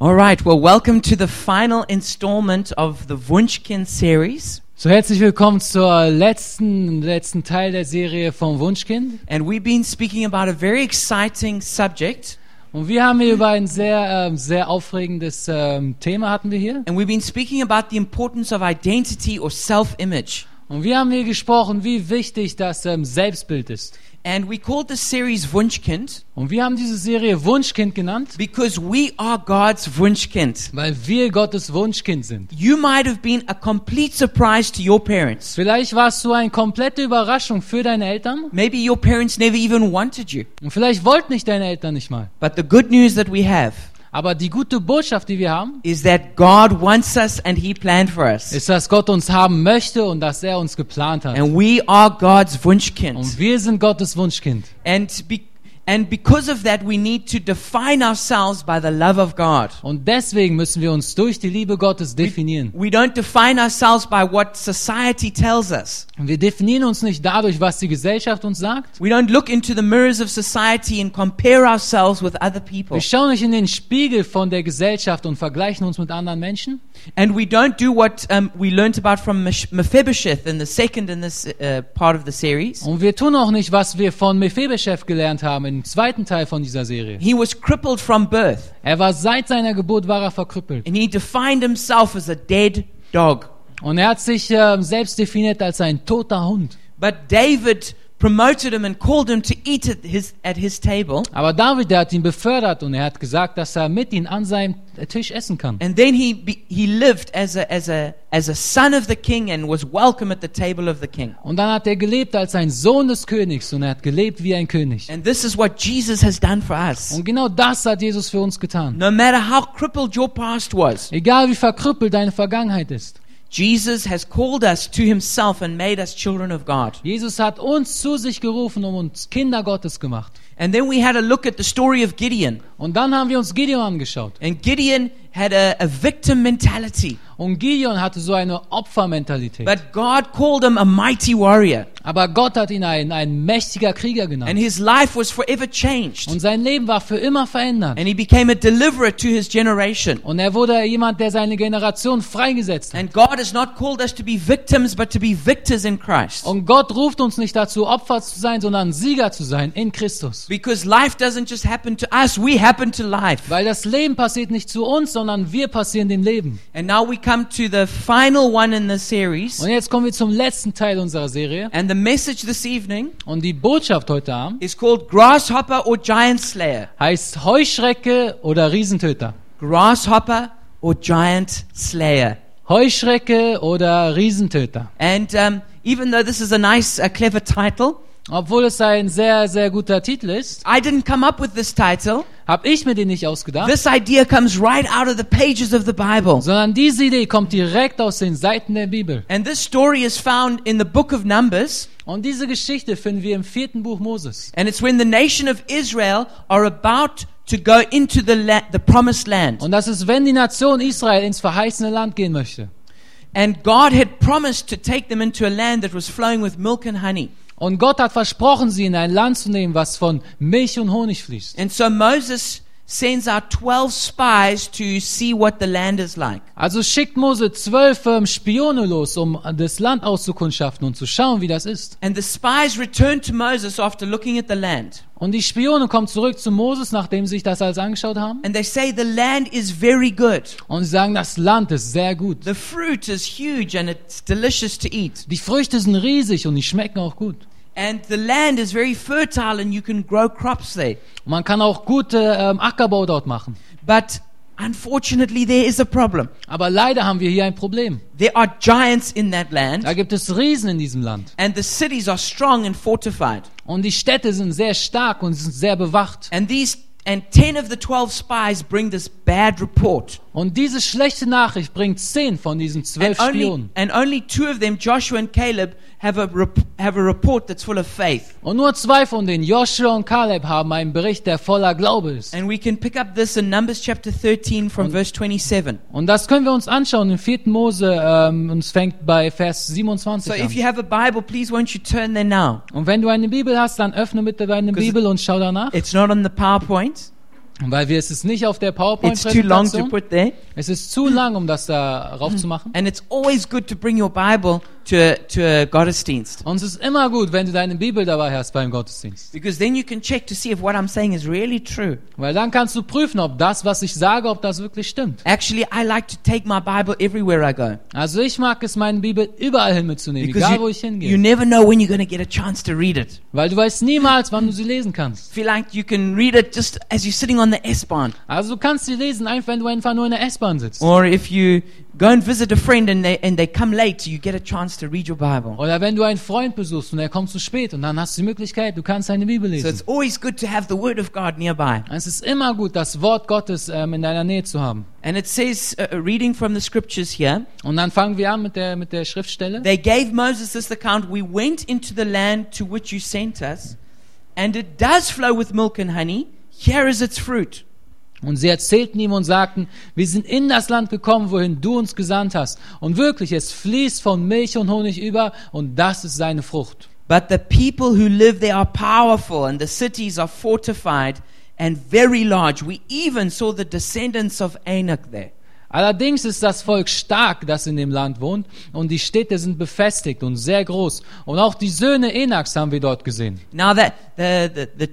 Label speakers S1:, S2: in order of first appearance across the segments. S1: All right, well, welcome to the final installment of the Wunschkind series.
S2: So, herzlich willkommen zur letzten, letzten Teil der Serie vom Wunschkind.
S1: And we've been speaking about a very exciting subject,
S2: Und wir haben hier über ein sehr, ähm, sehr aufregendes ähm, Thema hatten wir hier.
S1: and we've been speaking about the importance of identity or self image.
S2: Und wir haben hier gesprochen, wie wichtig das ähm, Selbstbild ist.
S1: And we called this series Wunschkind
S2: Und wir haben diese Serie Wunschkind genannt,
S1: because we are God's Wunschkind.
S2: weil wir Gottes Wunschkind sind.
S1: You might have been a complete surprise to your parents.
S2: Vielleicht warst du eine komplette Überraschung für deine Eltern
S1: Maybe your parents never even wanted you.
S2: und vielleicht wollten nicht deine Eltern nicht mal.
S1: But the good news that we have
S2: Aber die gute Botschaft, die wir haben,
S1: is that God wants us and He planned for us.
S2: ist, dass Gott uns haben möchte und dass er uns geplant hat.
S1: And we are God's Wunschkind.
S2: Und wir sind Gottes Wunschkind.
S1: And be, and because of that, we need to define ourselves by the love of God.
S2: Und deswegen müssen wir uns durch die Liebe Gottes definieren.
S1: We don't define ourselves by what society tells us.
S2: Wir definieren uns nicht dadurch, was die Gesellschaft uns sagt.
S1: We don't look into the mirrors of society and compare ourselves with other people.
S2: Wir schauen nicht in den Spiegel von der Gesellschaft und vergleichen uns mit anderen Menschen.
S1: And we don't do what um, we learnt about from Mesh- Mephibosheth in the second in this uh, part of the series.
S2: Und wir tun auch nicht, was wir von Mephibosheth gelernt haben im zweiten Teil von dieser Serie.
S1: He was crippled from birth,
S2: Er war seit seiner Geburt war er verkrüppelt.
S1: and he defined himself as a dead dog.
S2: Und er hat sich äh, selbst definiert als ein toter Hund.
S1: But David promoted him and called him to eat at his, at his table.
S2: Aber David, der hat ihn befördert und er hat gesagt, dass er mit ihm an seinem Tisch essen kann.
S1: And then he be, he lived as a as a as a son of the king and was welcome at the table of the king.
S2: Und dann hat er gelebt als ein Sohn des Königs und er hat gelebt wie ein König.
S1: And this is what Jesus has done for us.
S2: Und genau das hat Jesus für uns getan.
S1: No matter how crippled your past was,
S2: Egal wie verkrüppelt deine Vergangenheit ist.
S1: Jesus has called us to himself and made us children of God.
S2: Jesus hat uns zu sich gerufen und uns Kinder Gottes gemacht.
S1: And then we had a look at the story of Gideon.
S2: Und dann haben wir uns Gideon angeschaut.
S1: And Gideon had a, a victim mentality,
S2: Und Gideon hatte so eine Opfermentalität.
S1: but God called him a mighty warrior.
S2: Aber Gott hat ihn ein, ein mächtiger Krieger
S1: And
S2: genannt.
S1: his life was forever changed.
S2: Und sein Leben war für immer verändert.
S1: And he became a deliverer to his generation.
S2: Und er wurde jemand, der seine Generation freigesetzt hat.
S1: And God has not called us to be victims, but to be victors in Christ.
S2: Und Gott ruft uns nicht dazu, Opfer zu sein, sondern Sieger zu sein in Christus.
S1: Because life doesn't just happen to us, we happen to life.
S2: Weil das Leben passiert nicht zu uns, sondern wir passieren dem Leben.
S1: And now we come to the final one in the series.
S2: Und jetzt kommen wir zum letzten Teil unserer Serie.
S1: And the message this evening
S2: Und die Botschaft heute Abend
S1: is called Grasshopper or Giant Slayer.
S2: heißt Heuschrecke oder Riesentöter.
S1: Grasshopper or Giant Slayer.
S2: Heuschrecke oder Riesentöter.
S1: And um, even though this is a nice, uh, clever title,
S2: Obwohl es ein sehr, sehr guter Titel ist,
S1: I didn't come up with this title.
S2: habe ich mir den nicht ausgedacht,
S1: This idea comes right out of the pages of the Bible.
S2: sondern diese Idee kommt direkt aus den Seiten der Bibel.
S1: And this story is found in the book of Numbers.
S2: Und diese Geschichte finden wir im vierten Buch Moses.
S1: And it's when the nation of Israel are about to go into the, la- the promised land.
S2: Und das ist, wenn die Nation Israel ins verheißene Land gehen möchte.
S1: And God had promised to take them into a land that was flowing with milk and honey.
S2: Und Gott hat versprochen, sie in ein Land zu nehmen, was von Milch und Honig fließt.
S1: And so Moses sends out 12 spies to see what the land is like.
S2: Also schickt Mose zwölf ähm, Spione los, um das Land auszukundschaften und zu schauen, wie das ist.
S1: And the spies return to Moses after looking at the land.
S2: Und die Spione kommen zurück zu Moses, nachdem sie sich das alles angeschaut haben.
S1: And they say, The land is very good.
S2: Und sie sagen, das Land ist sehr gut.
S1: The fruit is huge and it's delicious to eat.
S2: Die Früchte sind riesig und die schmecken auch gut.
S1: And the land is very fertile and you can grow crops there.
S2: Und man kann auch gute ähm, Ackerbau dort machen.
S1: But unfortunately, there is a problem.
S2: Aber leider haben wir hier ein Problem.
S1: There are giants in that
S2: Da
S1: land,
S2: gibt es Riesen in diesem Land.
S1: and the cities are strong and fortified.
S2: Und die Städte sind sehr stark und sind sehr bewacht.
S1: And these and 10 of the 12 spies bring this bad report.
S2: Und diese schlechte Nachricht bringt zehn von diesen
S1: And
S2: zwölf
S1: only,
S2: Spionen.
S1: and only two of them, Joshua and Caleb, have a, rep- have a report that's full of faith.
S2: Und nur zwei von denen, Joshua und Caleb, haben einen Bericht, der voller Glaube ist.
S1: And we can pick up this in Numbers chapter 13 from verse 27.
S2: Und das können wir uns anschauen im 4. Mose, ähm, und es fängt bei Vers 27
S1: So
S2: an.
S1: if you have a Bible, please won't you turn there now?
S2: Und wenn du eine Bibel hast, dann öffne bitte deine
S1: Because-
S2: Bibel und schau danach.
S1: It's not on the PowerPoint.
S2: Weil wir es ist nicht auf der
S1: It's too long to
S2: PowerPoint-Präsentation.
S1: put there.
S2: Es ist zu lang, um das da raufzumachen.
S1: And it's always good to bring your Bible to a, to a Gottesdienst.
S2: Und es ist immer gut, wenn du deine Bibel dabei hast beim Gottesdienst.
S1: Because then you can check to see if what I'm saying is really true.
S2: Weil dann kannst du prüfen, ob das, was ich sage, ob das wirklich stimmt.
S1: Actually, I like to take my Bible everywhere I go.
S2: Also ich mag es, meine Bibel überall hin mitzunehmen,
S1: Because
S2: egal wo
S1: you,
S2: ich hingehe.
S1: you never know when you're going to get a chance to read it.
S2: Weil du weißt niemals, wann du sie lesen kannst.
S1: Feel like you can read it just as you're sitting on the S-Bahn.
S2: Also du kannst sie lesen, einfach wenn du einfach nur in der S-Bahn sitzt.
S1: Or if you go and visit a friend and they, and they come late, you get a chance to read your Bible.
S2: Oder wenn du einen Freund besuchst und er kommt zu spät und dann hast du die Möglichkeit, du kannst deine Bibel
S1: So
S2: lesen.
S1: it's always good to have the Word of God nearby.
S2: Es ist immer gut, das Wort Gottes ähm, in deiner Nähe zu haben.
S1: And it says, uh, uh, reading from the scriptures here,
S2: Und dann fangen wir an mit der, mit der Schriftstelle.
S1: they gave Moses this account We went into the land to which you sent us, and it does flow with milk and honey. Here is its fruit.
S2: Und sie erzählten ihm und sagten, wir sind in das Land gekommen, wohin du uns gesandt hast. Und wirklich, es fließt von Milch und Honig über und das ist seine Frucht.
S1: But the people who live there are powerful, and the cities are fortified and very large. We even saw the descendants of Anak there.
S2: Allerdings ist das Volk stark, das in dem Land wohnt, und die Städte sind befestigt und sehr groß. Und auch die Söhne Enaks haben wir dort gesehen.
S1: Now that the the, the,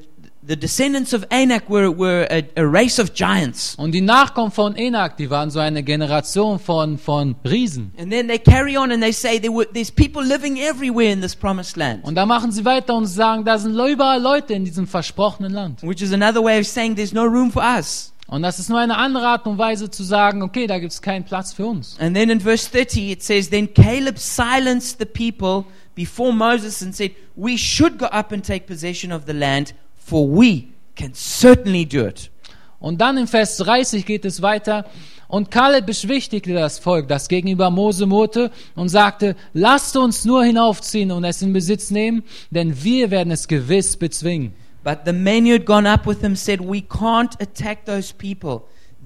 S1: the descendants of Anak were were a, a race of giants,
S2: Und die Nachkommen von Enak, die waren so eine Generation von, von Riesen.
S1: and then they carry on and they say there were there's people living everywhere in this promised land,
S2: Und da machen sie weiter und sagen, da sind überall Leute in diesem versprochenen Land.
S1: which is another way of saying there's no room for us.
S2: Und das ist nur eine andere Art und Weise zu sagen, okay, da gibt es keinen Platz für uns.
S1: And then in verse 30 it says then Caleb silenced the people before Moses and said, "We should go up and take possession of the land, for we can certainly do it."
S2: Und dann im Vers 30 geht es weiter. Und Kaleb beschwichtigte das Volk, das gegenüber Mose murrte, und sagte, lasst uns nur hinaufziehen und es in Besitz nehmen, denn wir werden es gewiss bezwingen.
S1: But the men who had gone up with him said, "We can't attack those people.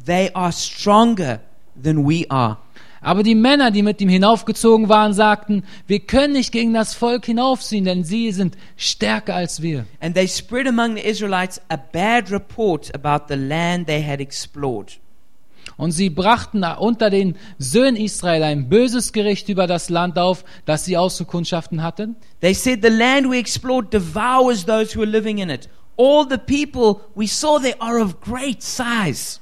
S1: They are stronger than we are."
S2: Aber die Männer, die mit ihm hinaufgezogen waren, sagten, wir können nicht gegen das Volk hinaufziehen, denn sie sind stärker als wir.
S1: And they spread among the Israelites a bad report about the land they had explored.
S2: Und sie brachten unter den Söhnen Israel ein böses Gericht über das Land auf, das sie auszukundschaften hatten.
S1: They said, The land we explored devours those who are living in it. All the people we saw there are of great size.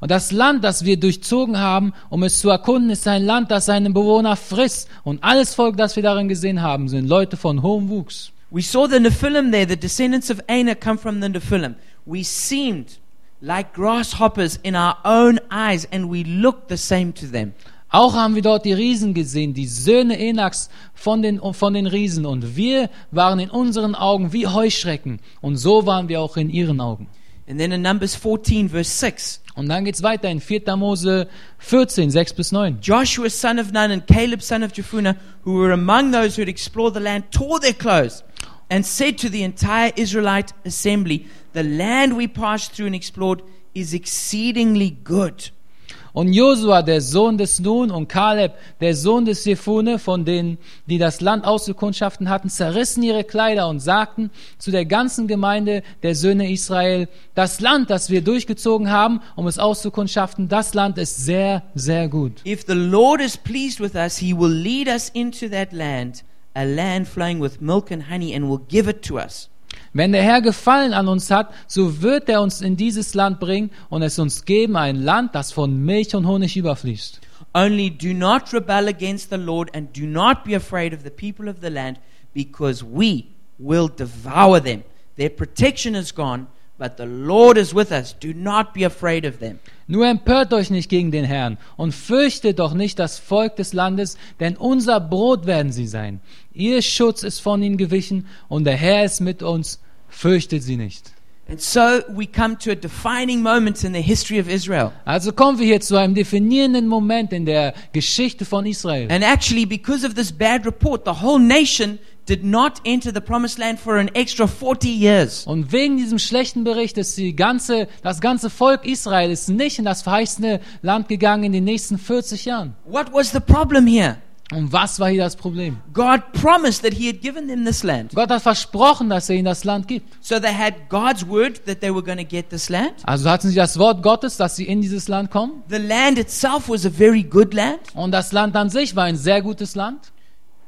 S2: Und das Land, das wir durchzogen haben, um es zu erkunden, ist ein Land, das seine Bewohner frisst. Und alles Volk, das wir darin gesehen haben, sind Leute von hohem Wuchs.
S1: We saw the Nephilim there, the descendants of Anak come from the Nephilim. We seemed like grasshoppers in our own eyes, and we looked the same to them.
S2: Auch haben wir dort die Riesen gesehen, die Söhne Enaks von den, von den Riesen. Und wir waren in unseren Augen wie Heuschrecken. Und so waren wir auch in ihren Augen.
S1: And then in Numbers 14, verse 6,
S2: Und dann geht's weiter in 4. Mose 14, 6 bis 9.
S1: Joshua son of Nun and Caleb son of Jephunneh, who were among those who had explored the land, tore their clothes and said to the entire Israelite assembly, "The land we passed through and explored is exceedingly good."
S2: Und Josua, der Sohn des Nun, und Kaleb, der Sohn des Jephune, von denen, die das Land auszukundschaften hatten, zerrissen ihre Kleider und sagten zu der ganzen Gemeinde der Söhne Israel, das Land, das wir durchgezogen haben, um es auszukundschaften, das Land ist sehr, sehr gut.
S1: If the Lord is pleased with us, He will lead us into that land, a land flowing with milk and honey, and will give it to us.
S2: Wenn der Herr Gefallen an uns hat, so wird er uns in dieses Land bringen und es uns geben, ein Land, das von Milch und Honig überfließt.
S1: Only do not rebel against the Lord and do not be afraid of the people of the land, because we will devour them. Their protection is gone, but the Lord is with us. Do not be afraid of them.
S2: Nur empört euch nicht gegen den Herrn und fürchtet doch nicht das Volk des Landes, denn unser Brot werden sie sein. Ihr Schutz ist von ihnen gewichen und der Herr ist mit uns, fürchtet sie nicht.
S1: And so we come to a defining moment in the history of Israel.
S2: Also kommen wir hier zu einem definierenden Moment in der Geschichte von Israel.
S1: And actually, because of this bad report, the whole nation did not enter the promised land for an extra 40 years.
S2: Und wegen diesem schlechten Bericht ist die ganze, das ganze Volk Israel ist nicht in das verheißene Land gegangen in den nächsten 40 Jahren.
S1: What was the problem here?
S2: Und was war hier das Problem?
S1: God promised that He had given them this land.
S2: Gott hat versprochen, dass er ihnen das Land gibt.
S1: So they had God's word that they were going to get this land.
S2: Also hatten sie das Wort Gottes, dass sie in dieses Land kommen.
S1: The land itself was a very good land.
S2: Und das Land an sich war ein sehr gutes Land.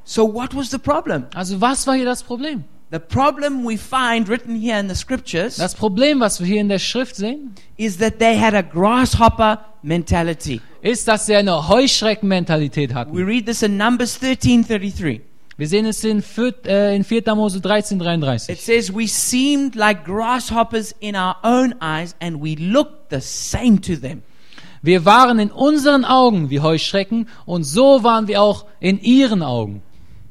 S1: So what was the problem?
S2: Also was war hier das Problem?
S1: The problem we find written here in the scriptures
S2: Das Problem, was wir hier in der Schrift sehen,
S1: is that they had a grasshopper mentality.
S2: ist, dass sie eine Heuschreckenmentalität hatten.
S1: We read this in Numbers 13:33.
S2: Wir sehen es in 4. Äh, in 4. Mose 13,
S1: It
S2: 33.
S1: says we seemed like grasshoppers in our own eyes and we looked the same to them.
S2: Wir waren in unseren Augen wie Heuschrecken und so waren wir auch in ihren Augen.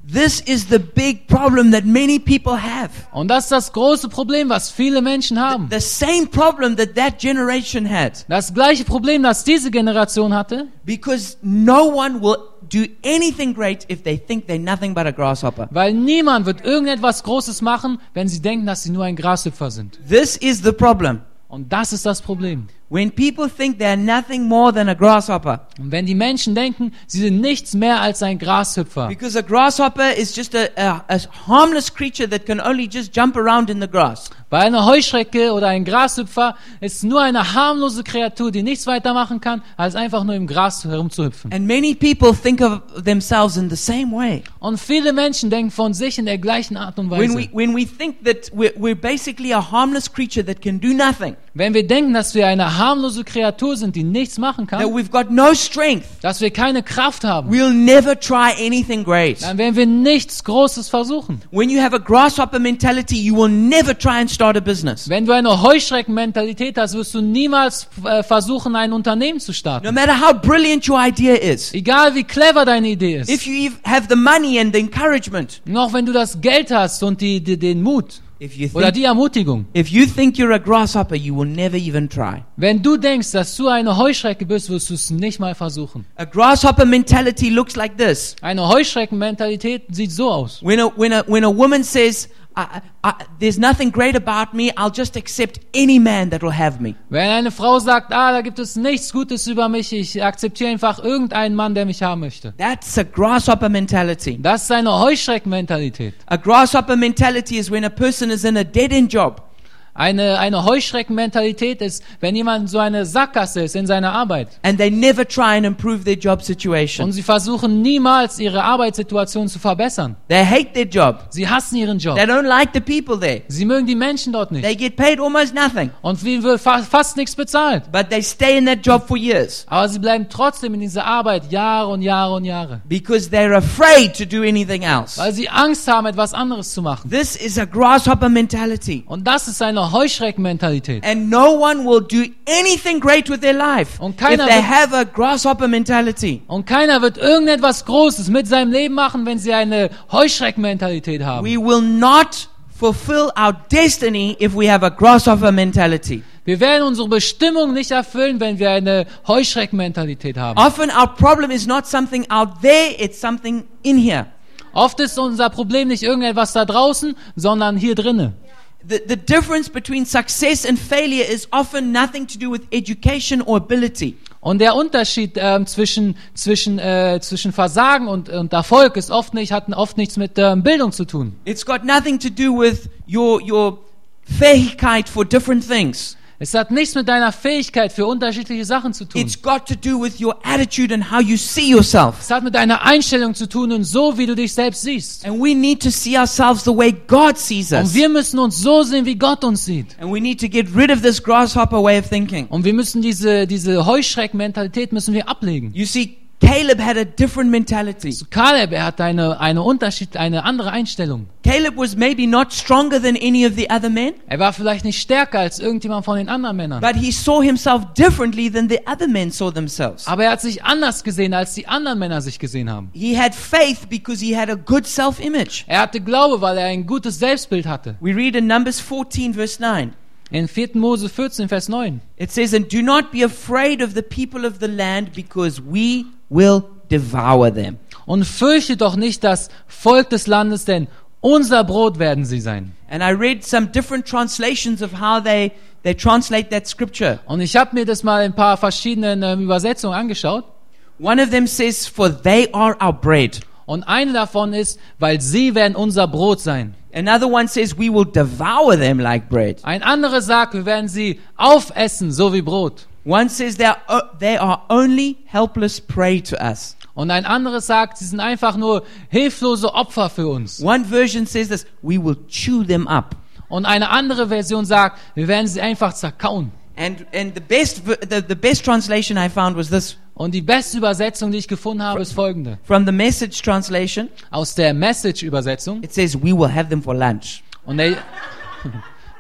S1: This is the big problem that many people have.
S2: Und das ist das große Problem, was viele Menschen haben.
S1: The same problem that that generation had
S2: Das gleiche Problem, das diese Generation hatte,
S1: because no one will do anything great if they think they're nothing but a grasshopper.
S2: weil niemand wird irgendetwas Großes machen, wenn sie denken, dass sie nur ein Grashüpfer sind.
S1: This is the problem.
S2: Und das ist das Problem.
S1: When people think they're nothing more than a grasshopper,
S2: Und wenn die Menschen denken, sie sind nichts mehr als ein Grashüpfer,
S1: because a grasshopper is just a, a, a harmless creature that can only just jump around in the grass.
S2: weil eine Heuschrecke oder ein Grashüpfer ist nur eine harmlose Kreatur, die nichts weiter machen kann, als einfach nur im Gras herumzuhüpfen.
S1: And many people think of themselves in the same way.
S2: Und viele Menschen denken von sich in der gleichen Art und
S1: When we,
S2: Weise.
S1: when we think that we're, we're basically a harmless creature that can do nothing,
S2: Wenn wir denken, dass wir eine harmlose Kreatur sind, die nichts machen
S1: that
S2: kann,
S1: we've got no strength,
S2: dass wir keine Kraft haben,
S1: we'll never try anything great.
S2: dann werden wir nichts Großes versuchen.
S1: When you have a grasshopper mentality, you will never try and start a business.
S2: Wenn du eine Heuschreckenmentalität hast, wirst du niemals äh, versuchen, ein Unternehmen zu
S1: No
S2: starten.
S1: matter how brilliant your idea is,
S2: Egal wie clever deine Idee ist.
S1: if you ev- have the money and the encouragement,
S2: Noch wenn du das Geld hast und die, die, den Mut
S1: if you
S2: oder
S1: think,
S2: die Ermutigung.
S1: if you think you're a grasshopper, you will never even try.
S2: Wenn du denkst, dass du eine Heuschrecke bist, wirst du es nicht mal versuchen.
S1: A grasshopper mentality looks like this.
S2: Eine Heuschreckenmentalität sieht so aus.
S1: When a, when a, when a woman says, I, I, I- There's nothing great about me, I'll just accept any man that will have me.
S2: Wenn eine Frau sagt, ah, da gibt es nichts Gutes über mich, ich akzeptiere einfach irgendeinen Mann, der mich haben möchte.
S1: That's a grasshopper mentality.
S2: Das ist eine Heuschreckenmentalität.
S1: A grasshopper mentality is when a person is in a dead end job
S2: Eine, eine Heuschreckenmentalität ist, wenn jemand so eine Sackgasse ist in seiner Arbeit
S1: and they never try and improve their job
S2: und
S1: situation.
S2: sie versuchen niemals ihre Arbeitssituation zu verbessern.
S1: They hate their job.
S2: Sie hassen ihren Job.
S1: They don't like the people there.
S2: Sie mögen die Menschen dort nicht.
S1: They get paid almost nothing,
S2: Und ihnen wird fa fast nichts bezahlt.
S1: but they stay in that job for years
S2: Aber sie bleiben trotzdem in dieser Arbeit Jahre und Jahre und Jahre.
S1: because they're afraid to do anything else.
S2: Weil sie Angst haben, etwas anderes zu machen.
S1: This is a grasshopper mentality.
S2: Und das ist eine Heuschreckenmentalität.
S1: And no one will do anything great with their life
S2: Und
S1: if
S2: keiner
S1: they
S2: wird-
S1: have a grasshopper mentality.
S2: Und keiner wird irgendetwas Großes mit seinem Leben machen, wenn sie eine Heuschreckenmentalität haben.
S1: We will not fulfill our destiny if we have a grasshopper mentality.
S2: Wir werden unsere Bestimmung nicht erfüllen, wenn wir eine Heuschreckenmentalität haben.
S1: Often our problem is not something out there, it's something in here.
S2: Oft ist unser Problem nicht irgendetwas da draußen, sondern hier drinne.
S1: The, the difference between success and failure is often nothing to do with education or ability.
S2: Und der Unterschied ähm, zwischen zwischen äh, zwischen Versagen und, und Erfolg ist oft nicht hat oft nichts mit ähm, Bildung zu tun.
S1: It's got nothing to do with your, your fähigkeit for different things.
S2: Es hat nichts mit deiner Fähigkeit für unterschiedliche Sachen zu tun.
S1: It's got to do with your attitude and how you see yourself.
S2: Es hat mit deiner Einstellung zu tun und so wie du dich selbst siehst.
S1: And we need to see ourselves the way God sees
S2: Und
S1: us.
S2: wir müssen uns so sehen, wie Gott uns sieht.
S1: And we need to get rid of this grasshopper way of thinking.
S2: Und wir müssen diese diese Heuschreckenmentalität müssen wir ablegen.
S1: You see, Caleb had a different mentality.
S2: Kaleb, er hat eine eine Unterschied eine andere Einstellung.
S1: Caleb was maybe not stronger than any of the other men,
S2: Er war vielleicht nicht stärker als irgendjemand von den anderen Männern.
S1: but he saw himself differently than the other men saw themselves.
S2: Aber er hat sich anders gesehen, als die anderen Männer sich gesehen haben.
S1: He had faith because he had a good self image.
S2: Er hatte Glaube, weil er ein gutes Selbstbild hatte.
S1: We read in Numbers 14, verse 9.
S2: In 4. Mose 14, Vers 9.
S1: It says, And do not be afraid of the people of the land, because we will devour them.
S2: Und fürchte doch nicht das Volk des Landes, denn unser Brot werden sie sein.
S1: And I read some different translations of how they, they translate that scripture.
S2: Und ich habe mir das mal in ein paar verschiedenen ähm, Übersetzungen angeschaut.
S1: One of them says, For they are our bread.
S2: Und eine davon ist, weil sie werden unser Brot sein.
S1: Another one says, We will devour them like bread.
S2: Ein anderer sagt, wir werden sie aufessen, so wie Brot.
S1: One says, They are, o- they are only helpless prey to us.
S2: Und ein anderes sagt, sie sind einfach nur hilflose Opfer für uns.
S1: One version says this, We will chew them up.
S2: Und eine andere Version sagt, wir werden sie einfach zerkauen.
S1: And, and the, best, ver- the, the best translation I found was this
S2: Und die beste Übersetzung, die ich gefunden habe, ist folgende.
S1: from the message translation.
S2: Aus der Message-Übersetzung.
S1: It says, We will have them for lunch.
S2: Und der,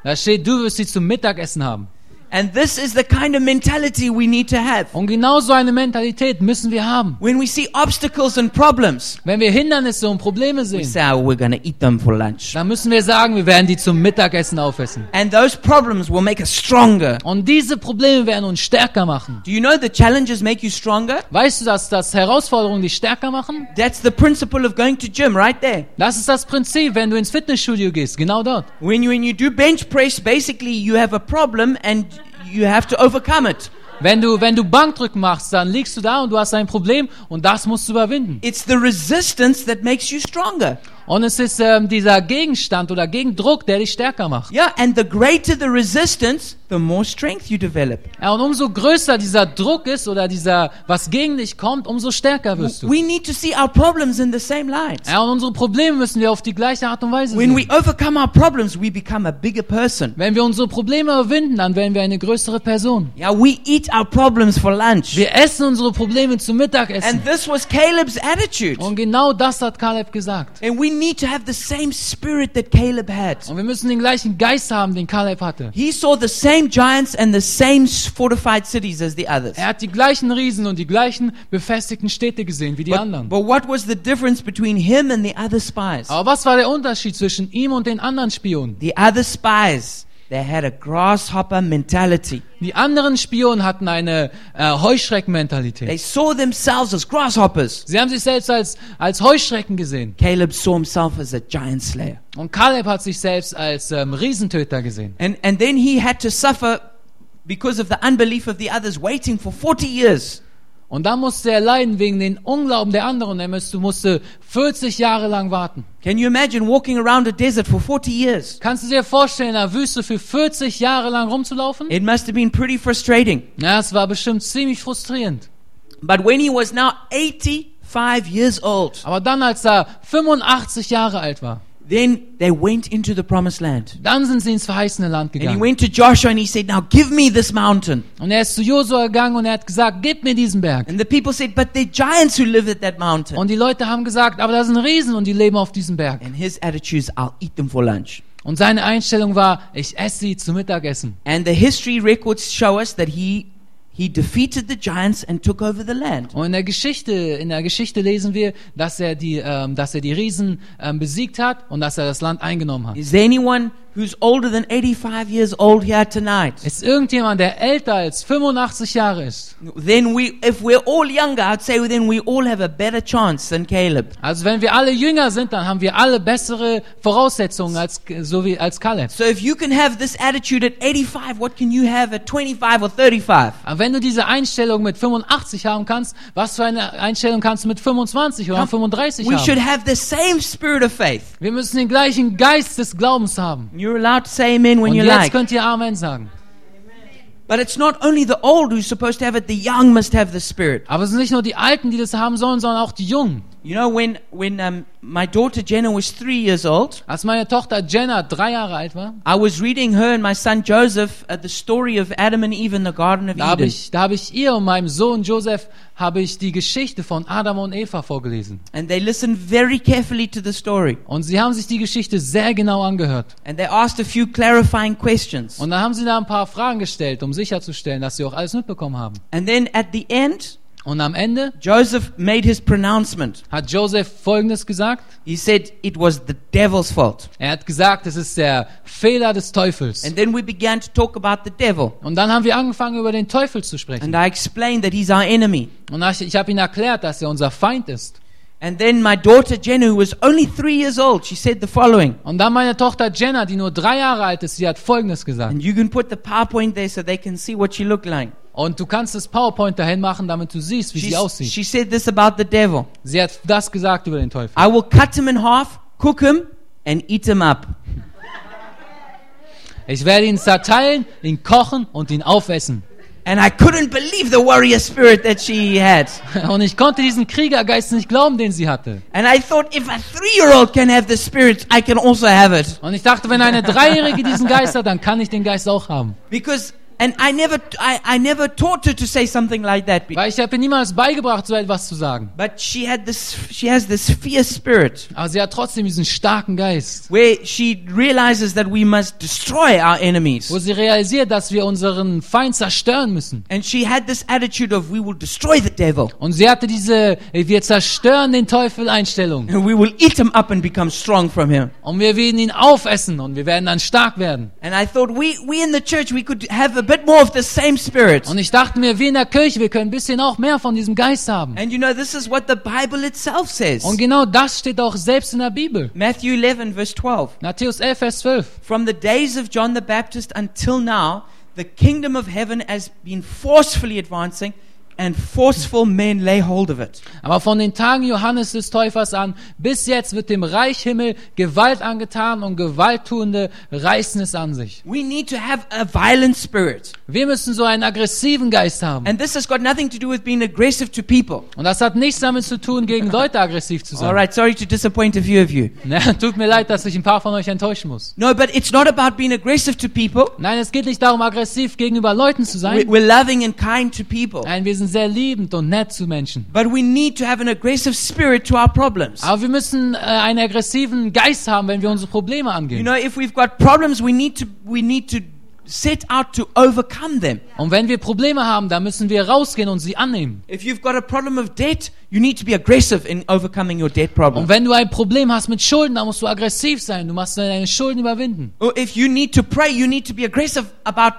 S2: da steht, du wirst sie zum Mittagessen haben.
S1: And this is the kind of mentality we need to have.
S2: Und genau so eine Mentalität müssen wir haben.
S1: When we see obstacles and problems,
S2: Wenn wir Hindernisse und Probleme
S1: we
S2: sehen,
S1: say, oh, We're going to eat them for lunch.
S2: dann müssen wir sagen, wir werden die zum Mittagessen aufessen.
S1: And those problems will make us stronger.
S2: Und diese Probleme werden uns stärker machen.
S1: Do you know the challenges make you stronger?
S2: Weißt du, dass das Herausforderungen dich stärker machen?
S1: That's the principle of going to gym right there.
S2: Das ist das Prinzip, wenn du ins Fitnessstudio gehst, genau dort.
S1: When you, when you do bench press, basically you have a problem and you have to overcome it.
S2: Wenn du, wenn du Bankdrücken machst, dann liegst du da und du hast ein Problem und das musst du überwinden.
S1: It's the resistance that makes you stronger.
S2: Und es ist ähm, dieser Gegenstand oder Gegendruck, der dich stärker macht.
S1: Yeah, and the greater the resistance, the more strength you develop.
S2: Ja, und umso größer dieser Druck ist oder dieser, was gegen dich kommt, umso stärker wirst du.
S1: We need to see our problems in the same light.
S2: Ja, und unsere Probleme müssen wir auf die gleiche Art und Weise
S1: When we
S2: sehen.
S1: overcome our problems, we become a bigger person.
S2: Wenn wir unsere Probleme überwinden, dann werden wir eine größere Person.
S1: Yeah, we eat our problems for lunch.
S2: Wir essen unsere Probleme zum
S1: And
S2: Mittagessen.
S1: this was Caleb's attitude.
S2: Und genau das hat Caleb gesagt.
S1: And we need to have the same spirit that Caleb had.
S2: Und wir müssen den gleichen Geist haben, den Caleb hatte.
S1: He saw the same giants and the same s- fortified cities as the others.
S2: Er hat die gleichen Riesen und die gleichen befestigten Städte gesehen wie die
S1: But,
S2: anderen.
S1: but what was the difference between him and the other spies?
S2: Aber was war der Unterschied zwischen ihm und den anderen Spionen?
S1: The other spies, they had a grasshopper mentality.
S2: Die anderen Spionen hatten eine äh, Heuschreckenmentalität.
S1: They saw themselves as grasshoppers.
S2: Sie haben sich selbst als, als Heuschrecken gesehen.
S1: Caleb saw himself as a giant slayer.
S2: Und Caleb hat sich selbst als ähm, Riesentöter gesehen.
S1: And, and then he had to suffer because of the unbelief of the others, waiting for 40 years.
S2: Und dann musste er leiden wegen den Unglauben der anderen. Er musste, musste 40 Jahre lang warten.
S1: Can you imagine walking around a desert for 40 years?
S2: Kannst du dir vorstellen, in der Wüste für 40 Jahre lang rumzulaufen?
S1: It must have been pretty frustrating.
S2: Ja, es war bestimmt ziemlich frustrierend.
S1: But when he was now 85 years old,
S2: Aber dann, als er 85 Jahre alt war,
S1: Then they went into the promised land.
S2: dann sind sie ins verheißene Land
S1: And he
S2: gegangen.
S1: went to Joshua and he said, Now give me this mountain.
S2: Und er ist zu Josua gegangen und er hat gesagt, gib mir diesen Berg.
S1: And the people said, But they're giants who live at that mountain.
S2: Und die Leute haben gesagt, aber da sind Riesen und die leben auf diesem Berg.
S1: And his attitude is, I'll eat them for lunch.
S2: Und seine Einstellung war, ich esse sie zum Mittagessen.
S1: And the history records show us that he he defeated the giants and took over the land.
S2: Und in der Geschichte, in der Geschichte lesen wir, dass er die, ähm, dass er die Riesen ähm, besiegt hat und dass er das Land eingenommen hat.
S1: Is there anyone who's older than 85 years old here tonight?
S2: Ist irgendjemand, der älter als 85 Jahre ist?
S1: Then we, if we're all younger, I'd say then we all have a better chance than Caleb.
S2: Also wenn wir alle jünger sind, dann haben wir alle bessere Voraussetzungen als so wie als Caleb.
S1: So if you can have this attitude at 85, what can you have at 25 or 35?
S2: Aber wenn du diese Einstellung mit 85 haben kannst, was für eine Einstellung kannst du mit 25 oder 35
S1: We should
S2: haben?
S1: have the same spirit of faith.
S2: Wir müssen den gleichen Geist des Glaubens haben.
S1: You're allowed to say amen when
S2: Und
S1: you
S2: jetzt
S1: like.
S2: könnt ihr Amen sagen.
S1: But it's not only the old who's supposed to have it, the young must have the spirit.
S2: Aber es sind nicht nur die Alten, die das haben sollen, sondern auch die Jungen.
S1: You know, when, when um, my daughter Jenna was three years old,
S2: Als meine Tochter Jenna drei Jahre alt war,
S1: I was reading her and my son Joseph uh, the story of Adam and Eve in the Garden of
S2: da habe
S1: Eden.
S2: ich, da habe ich ihr und meinem Sohn Joseph habe ich die Geschichte von Adam und Eva vorgelesen.
S1: And they listened very carefully to the story.
S2: Und sie haben sich die Geschichte sehr genau angehört.
S1: And they asked a few clarifying questions.
S2: Und dann haben sie da ein paar Fragen gestellt, um sicherzustellen, dass sie auch alles mitbekommen haben.
S1: And then at the end,
S2: Und am Ende
S1: Joseph made his pronouncement.
S2: hat Joseph Folgendes gesagt.
S1: He said it was the devil's fault.
S2: Er hat gesagt, es ist der Fehler des Teufels.
S1: And then we began to talk about the devil.
S2: Und dann haben wir angefangen, über den Teufel zu sprechen.
S1: And I explained that he's our enemy.
S2: Und ich, ich habe ihm erklärt, dass er unser Feind ist.
S1: And then my daughter Jenna, who was only three years old, she said the following.
S2: Und dann meine Tochter Jenna, die nur drei Jahre alt ist, sie hat Folgendes gesagt.
S1: And you can put the PowerPoint there so they can see what she looked like.
S2: Und du kannst das PowerPoint dahin machen, damit du siehst, wie
S1: She,
S2: sie aussieht.
S1: she said this about the devil
S2: Sie hat das gesagt über den Teufel.
S1: I will cut him in half, cook him, and eat him up.
S2: Ich werde ihn zerteilen, ihn kochen und ihn aufessen.
S1: And I couldn't believe the warrior spirit that she had.
S2: Und ich konnte diesen Kriegergeist nicht glauben, den sie hatte.
S1: And I thought, if a three year old can have the spirit, I can also have it.
S2: Und ich dachte, wenn eine Dreijährige diesen Geist hat, dann kann ich den Geist auch haben.
S1: Because, and I never, I, I never taught her to say something like that. Be-
S2: Weil ich habe ihr niemals beigebracht, so etwas zu sagen.
S1: But she had this, she has this fierce spirit
S2: Aber sie hat trotzdem diesen starken Geist,
S1: where she realizes that we must destroy our enemies.
S2: wo sie realisiert, dass wir unseren Feind zerstören müssen.
S1: And she had this attitude of, we will destroy the devil.
S2: Und sie hatte diese äh, Wir zerstören den Teufel Einstellung.
S1: And we will eat him up and become strong from him.
S2: Und wir werden ihn aufessen und wir werden dann stark werden.
S1: And I thought, we, we in the church, we could have a bit more of the same spirit.
S2: Und ich dachte mir, wir in der Kirche, wir können ein bisschen auch mehr von diesem Geist haben.
S1: And you know, this is what the Bible itself says.
S2: Und genau das steht auch selbst in der Bibel.
S1: Matthew 11, verse 12.
S2: Matthäus 11, Vers 12.
S1: From the days of John the Baptist until now, the kingdom of heaven has been forcefully advancing, and forceful men lay hold of it.
S2: Aber von den Tagen Johannes des Täufers an bis jetzt wird dem Reich Himmel Gewalt angetan und Gewalttuende reißen es an sich.
S1: We need to have a violent spirit.
S2: Wir müssen so einen aggressiven Geist haben.
S1: And this has got nothing to do with being aggressive to people.
S2: Und das hat nichts damit zu tun, gegen Leute aggressiv zu
S1: All
S2: sein.
S1: right, sorry to disappoint a few of you.
S2: Ne, tut mir leid, dass ich ein paar von euch enttäuschen muss.
S1: No, but it's not about being aggressive to people.
S2: Nein, es geht nicht darum, aggressiv gegenüber Leuten zu
S1: We-
S2: sein.
S1: We're loving and kind to people.
S2: Nein, wir sind sehr liebend und nett zu Menschen.
S1: But we need to have an aggressive spirit to our problems.
S2: Aber wir müssen äh, einen aggressiven Geist haben, wenn wir unsere Probleme
S1: You
S2: angehen.
S1: know, if we've got problems, we need to we need to set out to overcome them.
S2: Und wenn wir Probleme haben, dann müssen wir rausgehen und sie annehmen.
S1: If you've got a problem of debt, you need to be aggressive in overcoming your debt problem.
S2: Und wenn du ein Problem hast mit Schulden, dann musst du aggressiv sein. Du musst deine Schulden überwinden.
S1: Or if you need to pray, you need to be aggressive about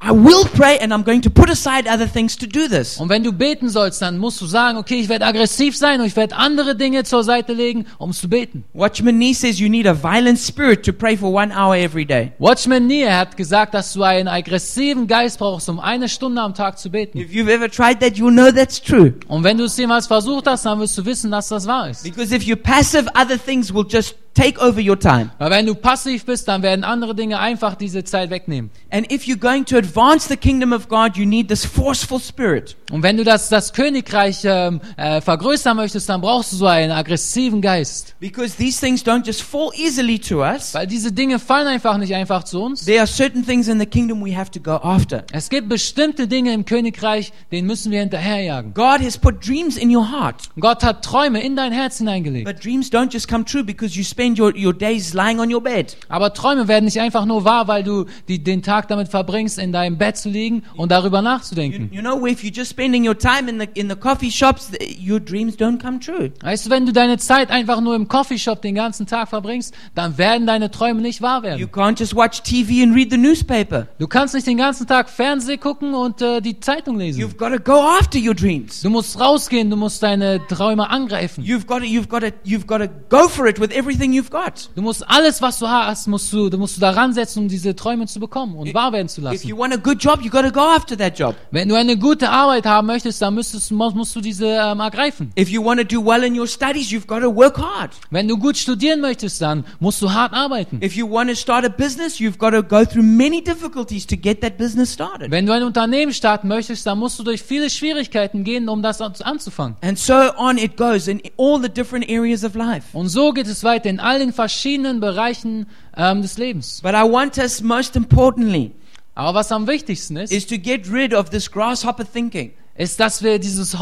S1: I will pray and I'm going to put aside other things to do this.
S2: Und wenn du beten sollst, dann musst du sagen, okay, ich werde aggressiv sein und ich werde andere Dinge zur Seite legen, um zu beten.
S1: Watchman Nee says you need a violent spirit to pray for one hour every day.
S2: Watchman Nee hat gesagt, dass du einen aggressiven Geist brauchst, um eine Stunde am Tag zu beten.
S1: If you've ever tried that, you'll know that's true.
S2: Und wenn du es jemals versucht hast, dann wirst du wissen, dass das wahr ist.
S1: Because if you're passive, other things will just take over your time.
S2: Weil wenn du passiv bist, dann werden andere Dinge einfach diese Zeit wegnehmen.
S1: And if you're going to advance the kingdom of God, you need this forceful spirit.
S2: Und wenn du das, das Königreich ähm, äh, vergrößern möchtest, dann brauchst du so einen aggressiven Geist.
S1: Because these things don't just fall easily to us.
S2: Weil diese Dinge fallen einfach nicht einfach zu uns.
S1: There are certain things in the kingdom we have to go after.
S2: Es gibt bestimmte Dinge im Königreich, denen müssen wir hinterherjagen.
S1: God has put dreams in your heart.
S2: Gott hat Träume in dein Herz hineingelegt.
S1: But dreams don't just come true because you spend your, your days lying on your bed.
S2: Aber Träume werden nicht einfach nur wahr, weil du die, den Tag damit verbringst, in deinem Bett zu liegen und darüber
S1: You,
S2: nachzudenken.
S1: you know, if you're just spending your time in the, in the coffee shops, th- your dreams don't come true.
S2: Weißt du, wenn du deine Zeit einfach nur im Coffeeshop den ganzen Tag verbringst, dann werden deine Träume nicht wahr
S1: You
S2: werden.
S1: can't just watch TV and read the newspaper.
S2: Du kannst nicht den ganzen Tag Fernseh gucken und äh, die Zeitung lesen.
S1: You've got to go after your dreams.
S2: Du musst rausgehen, du musst deine Träume angreifen.
S1: You've got to, you've got to, you've got to go for it with everything you've got.
S2: Du musst alles, was du hast, musst du, du musst du daran setzen, um diese Träume zu bekommen und wahr werden zu
S1: If
S2: lassen.
S1: you want a good job, you've got to go after that job.
S2: Wenn du eine gute Arbeit haben möchtest, dann müsstest, mu- musst du diese ähm, ergreifen.
S1: If you want to do well in your studies, you've got to work hard.
S2: Wenn du gut studieren möchtest, dann musst du hart arbeiten.
S1: If you want to start a business, you've got to go through many difficulties to get that business started.
S2: Wenn du ein Unternehmen starten möchtest, dann musst du durch viele Schwierigkeiten gehen, um das an- anzufangen.
S1: And so on it goes in all the different areas of life.
S2: Und so geht es weiter in all den verschiedenen Bereichen ähm, des Lebens.
S1: But I want us, most importantly,
S2: Aber was am wichtigsten ist,
S1: is to get rid of this grasshopper thinking.
S2: ist, dass wir dieses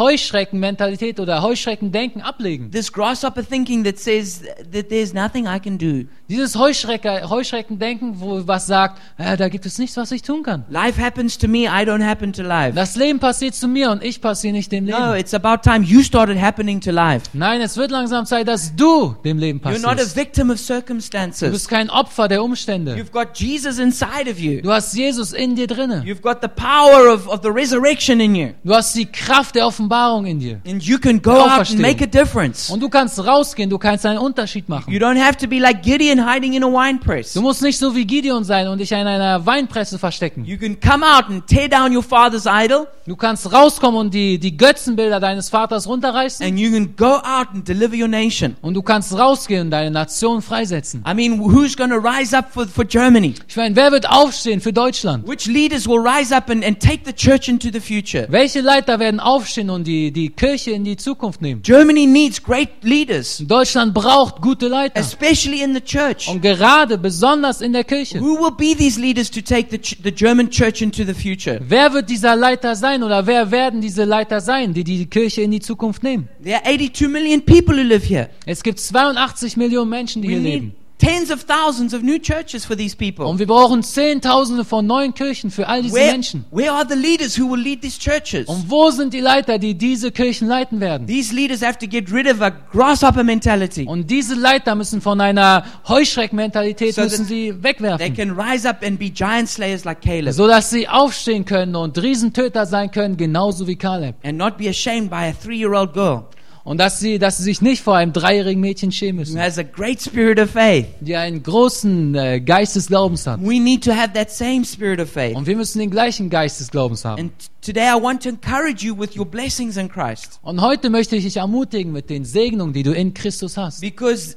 S2: Heuschreckenmentalität oder Heuschreckendenken ablegen.
S1: This grasshopper thinking that says that there's nothing I can do.
S2: Dieses Heuschrecke, Heuschreckendenken, wo was sagt, äh, da gibt es nichts, was ich tun kann.
S1: Life happens to me, I don't happen to life.
S2: Das Leben passiert zu mir und ich passiere nicht dem Leben.
S1: No, it's about time you started happening to life.
S2: Nein, es wird langsam Zeit, dass du dem Leben
S1: You're not a
S2: passierst.
S1: victim of
S2: Du
S1: circumstances.
S2: bist kein Opfer der Umstände.
S1: You've got Jesus inside of you.
S2: Du hast Jesus in dir drinne.
S1: You've got the power of, of the resurrection in you.
S2: Du hast hast die Kraft der Offenbarung in dir.
S1: And you can go
S2: Der
S1: out and
S2: Auferstehung.
S1: make a difference.
S2: Und du kannst rausgehen, du kannst einen Unterschied
S1: You
S2: machen.
S1: don't have to be like Gideon hiding in a wine press.
S2: Du musst nicht so wie Gideon sein und dich in einer Weinpresse verstecken.
S1: You can come out and tear down your father's idol,
S2: Du kannst rauskommen und die, die Götzenbilder deines Vaters runterreißen.
S1: and you can go out and deliver your nation.
S2: Und du kannst rausgehen und deine Nation freisetzen.
S1: I mean, who's going to rise up for, for Germany?
S2: Ich meine, wer wird aufstehen für Deutschland?
S1: Which leaders will rise up and, and take the church into the future?
S2: Welche Leiter werden aufstehen und die, die Kirche in die Zukunft nehmen?
S1: Germany needs great leaders,
S2: Deutschland braucht gute Leiter.
S1: especially in the church.
S2: Und gerade besonders in der Kirche.
S1: Who will be these leaders to take the, ch- the German church into the future?
S2: Wer wird dieser Leiter sein oder wer werden diese Leiter sein, die die Kirche in die Zukunft nehmen?
S1: There are 82 million people who live here.
S2: Es gibt 82 Millionen Menschen, die
S1: We
S2: hier
S1: need
S2: leben.
S1: tens of thousands of new churches for these people.
S2: Und wir brauchen Zehntausende von neuen Kirchen für all diese
S1: Where,
S2: Menschen.
S1: where are the leaders who will lead these churches?
S2: Und wo sind die Leiter, die diese Kirchen leiten werden?
S1: These leaders have to get rid of a grasshopper mentality.
S2: Und diese Leiter müssen von einer Heuschreckmentalität
S1: So that-
S2: müssen sie
S1: They
S2: wegwerfen,
S1: can rise up and be giant slayers like Caleb
S2: so dass sie aufstehen können und Riesentöter sein können, genauso wie Kaleb.
S1: and not be ashamed by a three year old girl
S2: Und dass sie, dass sie sich nicht vor einem dreijährigen Mädchen schämen
S1: who
S2: müssen,
S1: has a great spirit of faith.
S2: die einen großen äh, Geist des Glaubens hat.
S1: We need to have that same spirit of faith.
S2: Und wir müssen den gleichen Geist des Glaubens haben.
S1: And t- today I want to encourage you with your blessings in Christ
S2: Und heute möchte ich dich ermutigen mit den Segnungen, die du in Christus hast.
S1: because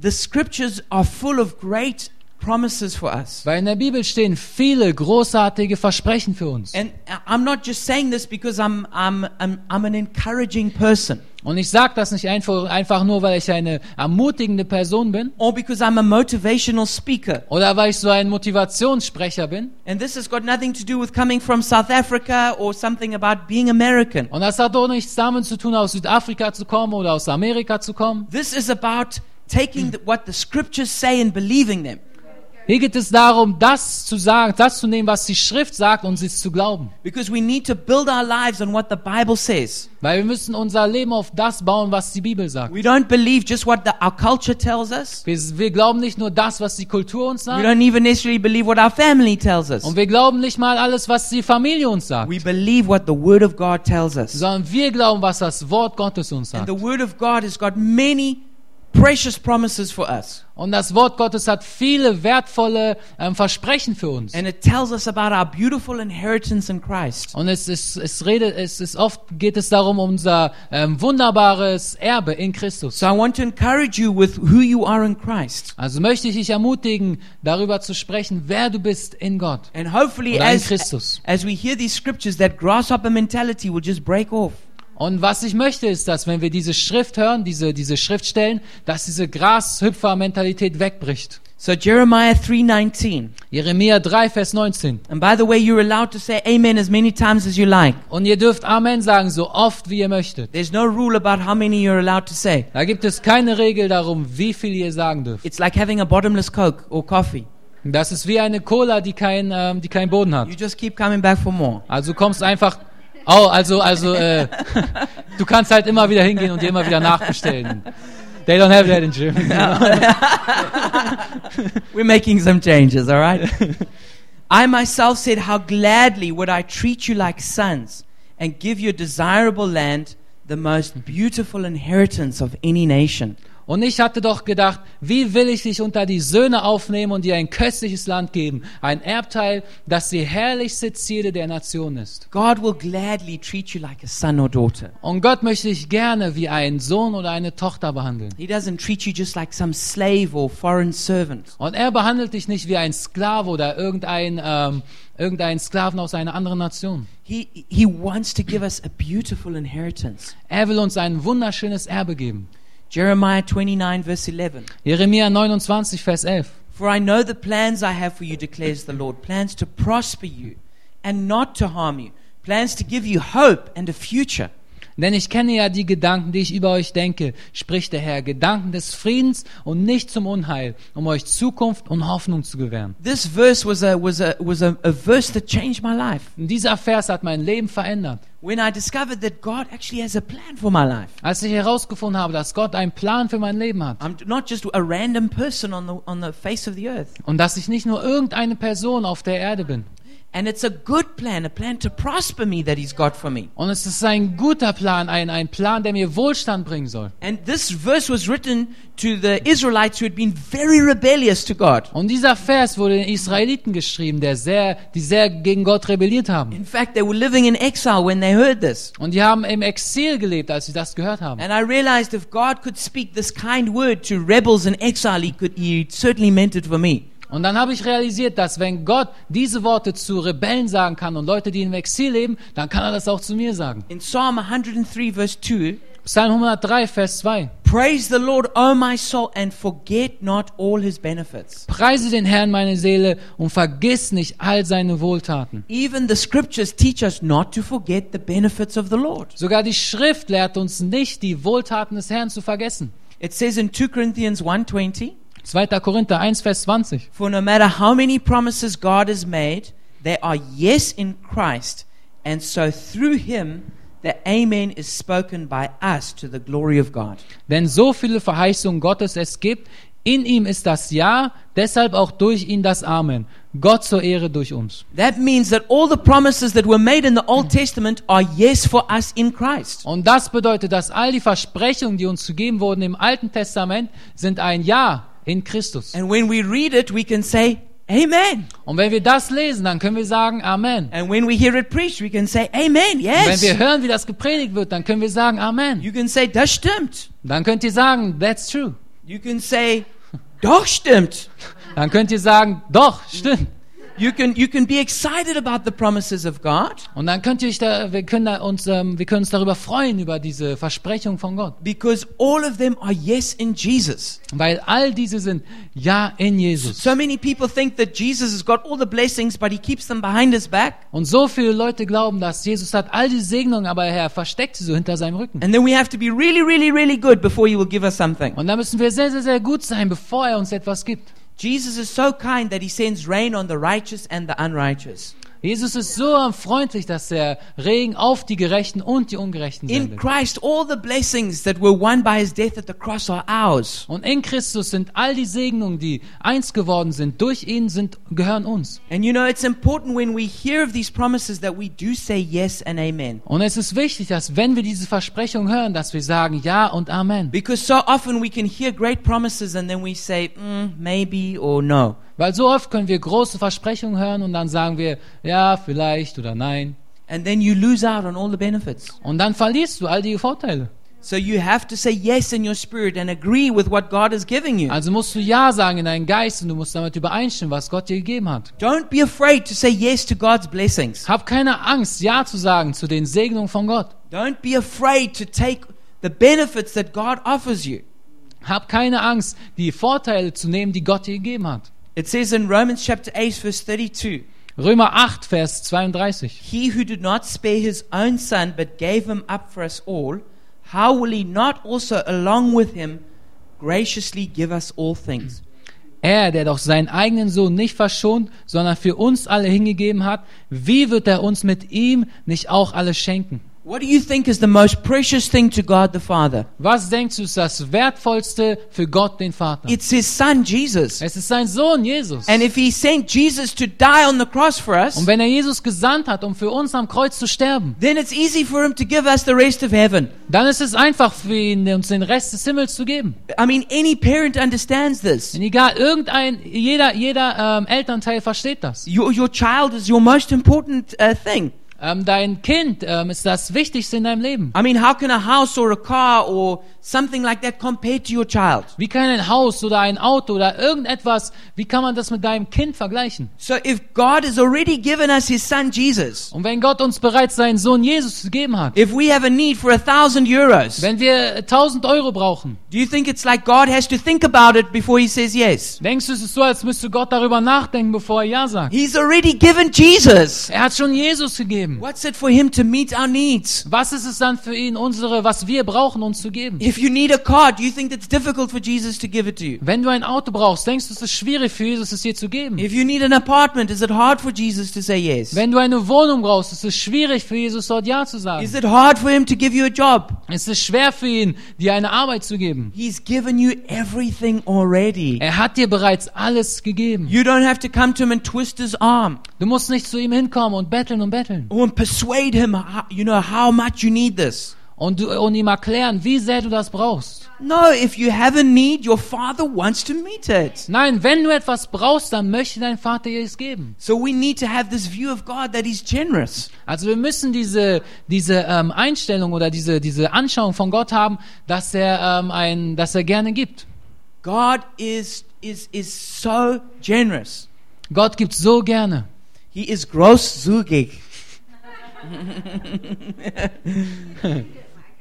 S1: the scriptures are full of great promises for us.
S2: Weil in der Bibel stehen viele großartige Versprechen für uns.
S1: And I- I'm not just saying this because I'm, I'm, I'm, I'm an encouraging person
S2: Und ich sage das nicht einfach, einfach nur, weil ich eine ermutigende Person bin
S1: or because I'm a motivational speaker.
S2: oder weil ich so ein Motivationssprecher bin.
S1: And this has got nothing to do with coming from South Africa or something about being American.
S2: Und das hat auch nichts damit zu tun, aus Südafrika zu kommen oder aus Amerika zu kommen.
S1: This is about taking the, what the scriptures say and believing them.
S2: Hier geht es darum, das zu sagen, das zu nehmen, was die Schrift sagt und es zu glauben.
S1: Because we need to build our lives on what the Bible says.
S2: Weil wir müssen unser Leben auf das bauen, was die Bibel sagt.
S1: We don't believe just what the, our culture tells us.
S2: Wir, wir glauben nicht nur das, was die Kultur uns
S1: We
S2: sagt.
S1: don't even necessarily believe what our family tells us.
S2: Und wir glauben nicht mal alles, was die Familie uns sagt,
S1: We believe what the Word of God tells us.
S2: sondern wir glauben, was das Wort Gottes uns
S1: And
S2: sagt.
S1: the Word of God has got many precious promises for us.
S2: Und das Wort Gottes hat viele wertvolle ähm, Versprechen für uns.
S1: And it tells us about our beautiful inheritance in Christ.
S2: Und es ist, es redet, es ist oft geht es darum um unser ähm, wunderbares Erbe in Christus.
S1: So I want to encourage you with who you are in Christ.
S2: Also möchte ich dich ermutigen, darüber zu sprechen, wer du bist in Gott
S1: And hopefully,
S2: oder in
S1: as,
S2: Christus.
S1: as we hear these scriptures, that grasshopper mentality will just break off.
S2: Und was ich möchte, ist, dass wenn wir diese Schrift hören, diese, diese Schriftstellen, dass diese Grashüpfer-Mentalität wegbricht.
S1: So Jeremiah 3:19.
S2: Jeremia 3, Vers 19.
S1: And by the way, you're allowed to say amen as many times as you like.
S2: Und ihr dürft Amen sagen, so oft wie ihr möchtet.
S1: There's no rule about how many you're allowed to say.
S2: Da gibt es keine Regel darum, wie viel ihr sagen dürft.
S1: It's like having a bottomless Coke or coffee.
S2: Das ist wie eine Cola, die, kein, ähm, die keinen Boden hat.
S1: You just keep coming back for more.
S2: Also kommst einfach. Oh, also, also, äh, du kannst halt immer wieder hingehen und dir immer wieder nachbestellen. They don't have that in Germany.
S1: We're making some changes, all right? I myself said, How gladly would I treat you like sons and give your desirable land the most beautiful inheritance of any nation.
S2: Und ich hatte doch gedacht, wie will ich dich unter die Söhne aufnehmen und dir ein köstliches Land geben? Ein Erbteil, das die herrlichste Zierde der Nation ist.
S1: God will gladly treat you like a son or daughter.
S2: Und Gott möchte dich gerne wie einen Sohn oder eine Tochter behandeln.
S1: He doesn't treat you just like some slave or foreign servant.
S2: Und er behandelt dich nicht wie ein Sklave oder irgendein, ähm, irgendein Sklaven aus einer anderen Nation.
S1: He, he wants to give us a beautiful inheritance.
S2: Er will uns ein wunderschönes Erbe geben.
S1: Jeremiah 29, verse 11.
S2: Jeremia 29, Vers 11.
S1: For I know the plans I have for you, declares the Lord plans to prosper you and not to harm you, plans to give you hope and a future.
S2: Denn ich kenne ja die Gedanken, die ich über euch denke, spricht der Herr, Gedanken des Friedens und nicht zum Unheil, um euch Zukunft und Hoffnung zu gewähren.
S1: This verse was, a, was, a, was a, a verse that changed my life
S2: Und dieser Vers hat mein Leben verändert.
S1: when I discovered that God actually has a plan for my life.
S2: Als ich herausgefunden habe, dass Gott einen Plan für mein Leben hat
S1: I'm not just a random person on the, on the face of the earth.
S2: und dass ich nicht nur irgendeine Person auf der Erde bin.
S1: And it's a good plan, a plan to prosper me that he's got for me.
S2: Und es ist ein guter Plan, ein, ein Plan, der mir Wohlstand bringen soll.
S1: And this verse was written to the Israelites who had been very rebellious to God.
S2: Und dieser Vers wurde den Israeliten geschrieben, der sehr, die sehr gegen Gott rebelliert haben.
S1: In fact, they were living in exile when they heard this.
S2: Und die haben im Exil gelebt, als sie das gehört haben.
S1: And I realized if God could speak this kind word to rebels in exile, he, could, he certainly meant it for me.
S2: Und dann habe ich realisiert, dass wenn Gott diese Worte zu Rebellen sagen kann und Leute, die im Exil leben, dann kann er das auch zu mir sagen.
S1: In Psalm 103, verse 2,
S2: Psalm 103, Vers 2.
S1: praise the Lord, O my soul, and forget not all his benefits.
S2: Preise den Herrn, meine Seele, und vergiss nicht all seine Wohltaten.
S1: Even the scriptures teach us not to forget the benefits of the Lord.
S2: Sogar die Schrift lehrt uns nicht, die Wohltaten des Herrn zu vergessen.
S1: It says in 2 Corinthians 1:20,
S2: 2. Korinther 1, Vers 20.
S1: For no matter how many promises God has made, they are yes in Christ, and so through him the amen is spoken by us to the glory of God.
S2: Denn so viele Verheißungen Gottes es gibt, in ihm ist das Ja, deshalb auch durch ihn das Amen. Gott zur Ehre durch uns.
S1: That means that all the promises that were made in the Old Testament are yes for us in Christ.
S2: Und das bedeutet, dass all die Versprechungen, die uns gegeben wurden im Alten Testament, sind ein Ja in Christus.
S1: And when we read it, we can say amen.
S2: Und wenn wir das lesen, dann können wir sagen Amen.
S1: And when we hear it preached, we can say amen.
S2: Und wenn
S1: Yes.
S2: wir hören, wie das gepredigt wird, dann können wir sagen Amen.
S1: You can say das stimmt.
S2: Dann könnt ihr sagen, that's true.
S1: You can say doch stimmt.
S2: Dann könnt ihr sagen, doch, stimmt.
S1: You can you can be excited about the promises of God.
S2: Und dann könnt ihr euch da, wir können da uns, ähm, wir können uns darüber freuen über diese Versprechung von Gott,
S1: Because all of them are yes in Jesus.
S2: weil all diese sind ja in Jesus.
S1: So many people think that Jesus has got all the blessings, but he keeps them behind his back.
S2: Und so viele Leute glauben, dass Jesus hat all diese Segnungen, aber er versteckt sie so hinter seinem Rücken.
S1: And then we have to be really, really, really good before he will give us something.
S2: Und da müssen wir sehr, sehr, sehr gut sein, bevor er uns etwas gibt.
S1: Jesus is so kind that he sends rain on the righteous and the unrighteous.
S2: Jesus ist so freundlich, dass er Regen auf die Gerechten und die Ungerechten
S1: In
S2: sendet.
S1: Christ, all the blessings that were won by his death at the cross are ours.
S2: Und in Christus sind all die Segnungen, die eins geworden sind, durch ihn sind, gehören uns.
S1: And you know, it's important when we hear of these promises that we do say yes and amen.
S2: Und es ist wichtig, dass wenn wir diese Versprechung hören, dass wir sagen Ja und Amen.
S1: Because so often we can hear great promises and then we say, mm, maybe or no.
S2: Weil so oft können wir große Versprechungen hören und dann sagen wir Ja, vielleicht oder Nein.
S1: And then you lose out on all the benefits.
S2: Und dann verlierst du all die Vorteile.
S1: So you have to say yes in your spirit and agree with what God is giving you.
S2: Also musst du Ja sagen in deinen Geist und du musst damit übereinstimmen, was Gott dir gegeben hat.
S1: Don't be afraid to say yes to God's blessings.
S2: Hab keine Angst, Ja zu sagen zu den Segnungen von Gott.
S1: Don't be afraid to take the benefits that God offers you.
S2: Hab keine Angst, die Vorteile zu nehmen, die Gott dir gegeben hat.
S1: It says in Romans chapter 8 verse 32,
S2: Römer 8, Vers 32.
S1: He who did not spare his own son but gave him up for us all, how will he not also along with him graciously give us all things?
S2: Er, der doch seinen eigenen Sohn nicht verschont, sondern für uns alle hingegeben hat, wie wird er uns mit ihm nicht auch alles schenken?
S1: What do you think is the most precious thing to God the Father?
S2: Was denkst du ist das Wertvollste für Gott, den Vater?
S1: It's his son Jesus.
S2: Es ist sein Sohn Jesus.
S1: And if he sent Jesus to die on the cross for us,
S2: Und wenn er Jesus gesandt hat, um für uns am Kreuz zu sterben,
S1: then it's easy for him to give us the rest of heaven.
S2: dann ist es einfach für ihn, uns den Rest des Himmels zu geben.
S1: I mean, any parent understands this.
S2: Denn egal, irgendein, jeder, jeder ähm, Elternteil versteht das.
S1: Your, your child is your most important uh, thing.
S2: Ähm, dein Kind ähm, ist das Wichtigste in deinem Leben.
S1: I mean, how can a house or a car or something like that compare to your child?
S2: Wie kann ein Haus oder ein Auto oder irgendetwas, wie kann man das mit deinem Kind vergleichen?
S1: So if God has already given us his son Jesus,
S2: Und wenn Gott uns bereits seinen Sohn Jesus gegeben hat,
S1: if we have a need for a thousand euros,
S2: wenn wir 1000 Euro brauchen,
S1: do you think it's like God has to think about it before he says yes?
S2: denkst du, es ist so, als müsste Gott darüber nachdenken, bevor er Ja sagt?
S1: He's already given Jesus.
S2: Er hat schon Jesus gegeben. geben.
S1: What's it for him to meet our needs?
S2: Was ist es dann für ihn, unsere, was wir brauchen, uns zu geben?
S1: If you need a car, do you think it's difficult for Jesus to give it to you?
S2: Wenn du ein Auto brauchst, denkst du, es ist schwierig für Jesus, es dir zu geben?
S1: If you need an apartment, is it hard for Jesus to say yes?
S2: Wenn du eine Wohnung brauchst, ist es schwierig für Jesus, dort Ja zu
S1: Is
S2: sagen.
S1: it hard for him to give you a job?
S2: Es ist schwer für ihn, dir eine Arbeit zu geben.
S1: He's given you everything already.
S2: Er hat dir bereits alles gegeben.
S1: You don't have to come to him and twist his arm
S2: Du musst nicht zu ihm hinkommen und betteln und betteln.
S1: or persuade him, how- you know, how much you need this.
S2: Und, du, und ihm erklären, wie sehr du das brauchst.
S1: No, if you have a need, your father wants to meet it.
S2: Nein, wenn du etwas brauchst, dann möchte dein Vater dir es geben.
S1: So we need to have this view of God that he's generous.
S2: Also wir müssen diese, diese ähm, Einstellung oder diese, diese Anschauung von Gott haben, dass er, ähm, ein, dass er gerne gibt.
S1: God is is is so generous.
S2: Gott gibt so gerne.
S1: He is großzügig.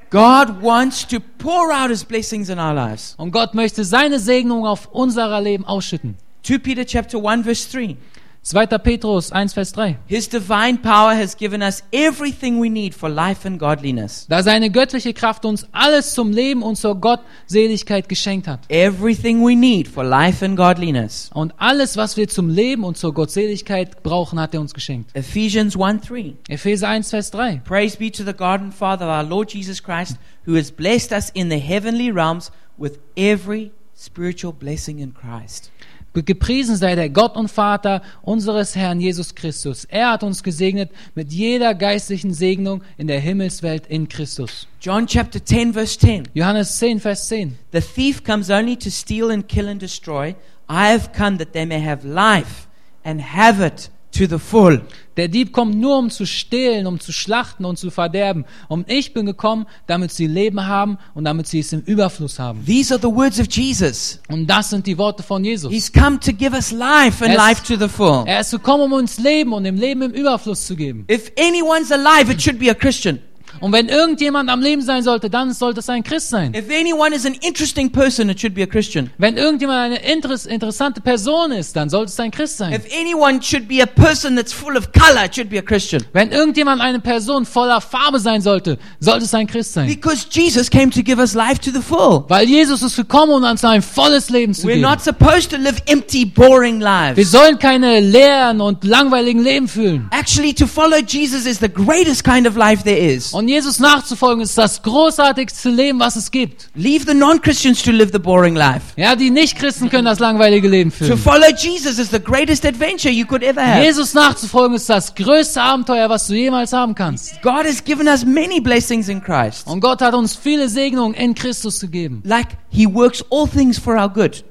S1: God wants to pour out his blessings in our lives.
S2: Und Gott möchte seine Segnung auf unser Leben ausschütten.
S1: 2 Peter chapter 1 verse 3.
S2: 2. Petrus 1, Vers 3.
S1: His divine power has given us everything we need for life and godliness.
S2: Da seine göttliche Kraft uns alles zum Leben und zur Gottseligkeit geschenkt hat.
S1: Everything we need for life and godliness.
S2: Und alles, was wir zum Leben und zur Gottseligkeit brauchen, hat er uns geschenkt.
S1: Ephesians 1 3.
S2: Epheser 1, Vers 3.
S1: Praise be to the God and Father of our Lord Jesus Christ, who has blessed us in the heavenly realms with every spiritual blessing in Christ.
S2: Gepriesen sei der Gott und Vater unseres Herrn Jesus Christus. Er hat uns gesegnet mit jeder geistlichen Segnung in der Himmelswelt in Christus.
S1: John chapter 10, verse 10.
S2: Johannes 10, Vers 10.
S1: The thief comes only to steal and kill and destroy. I have come that they may have life and have it to the full.
S2: Der Dieb kommt nur, um zu stehlen, um zu schlachten und zu verderben. Und ich bin gekommen, damit sie Leben haben und damit sie es im Überfluss haben.
S1: These are the words of Jesus.
S2: Und das sind die Worte von Jesus.
S1: He's come to give us life and
S2: Yes.
S1: life to the full.
S2: Er ist gekommen, um uns Leben und dem Leben im Überfluss zu geben.
S1: If anyone's alive, it should be a Christian.
S2: Und wenn irgendjemand am Leben sein sollte, dann sollte es ein Christ sein.
S1: If anyone is an interesting person, it should be a Christian.
S2: Wenn irgendjemand eine interess interessante Person ist, dann sollte es ein Christ sein.
S1: If anyone should be a person that's full of color, it should be a Christian.
S2: Wenn irgendjemand eine Person voller Farbe sein sollte, sollte es ein Christ sein.
S1: Because Jesus came to give us life to the full.
S2: Weil Jesus ist gekommen, um uns ein volles Leben zu
S1: We're
S2: geben.
S1: not supposed to live empty, boring
S2: Wir
S1: lives.
S2: sollen keine leeren und langweiligen Leben fühlen.
S1: Actually, to follow Jesus is the greatest kind of life there is.
S2: Und Jesus nachzufolgen ist das großartigste Leben, was es gibt.
S1: Leave the non Christians to live the boring life.
S2: Ja, die Nichtchristen können das langweilige Leben
S1: To
S2: führen.
S1: follow Jesus is the greatest adventure you could ever have.
S2: Jesus nachzufolgen ist das größte Abenteuer, was du jemals haben kannst.
S1: God has given us many blessings in Christ.
S2: Und Gott hat uns viele Segnungen in Christus gegeben.
S1: Like, He works all things for our good.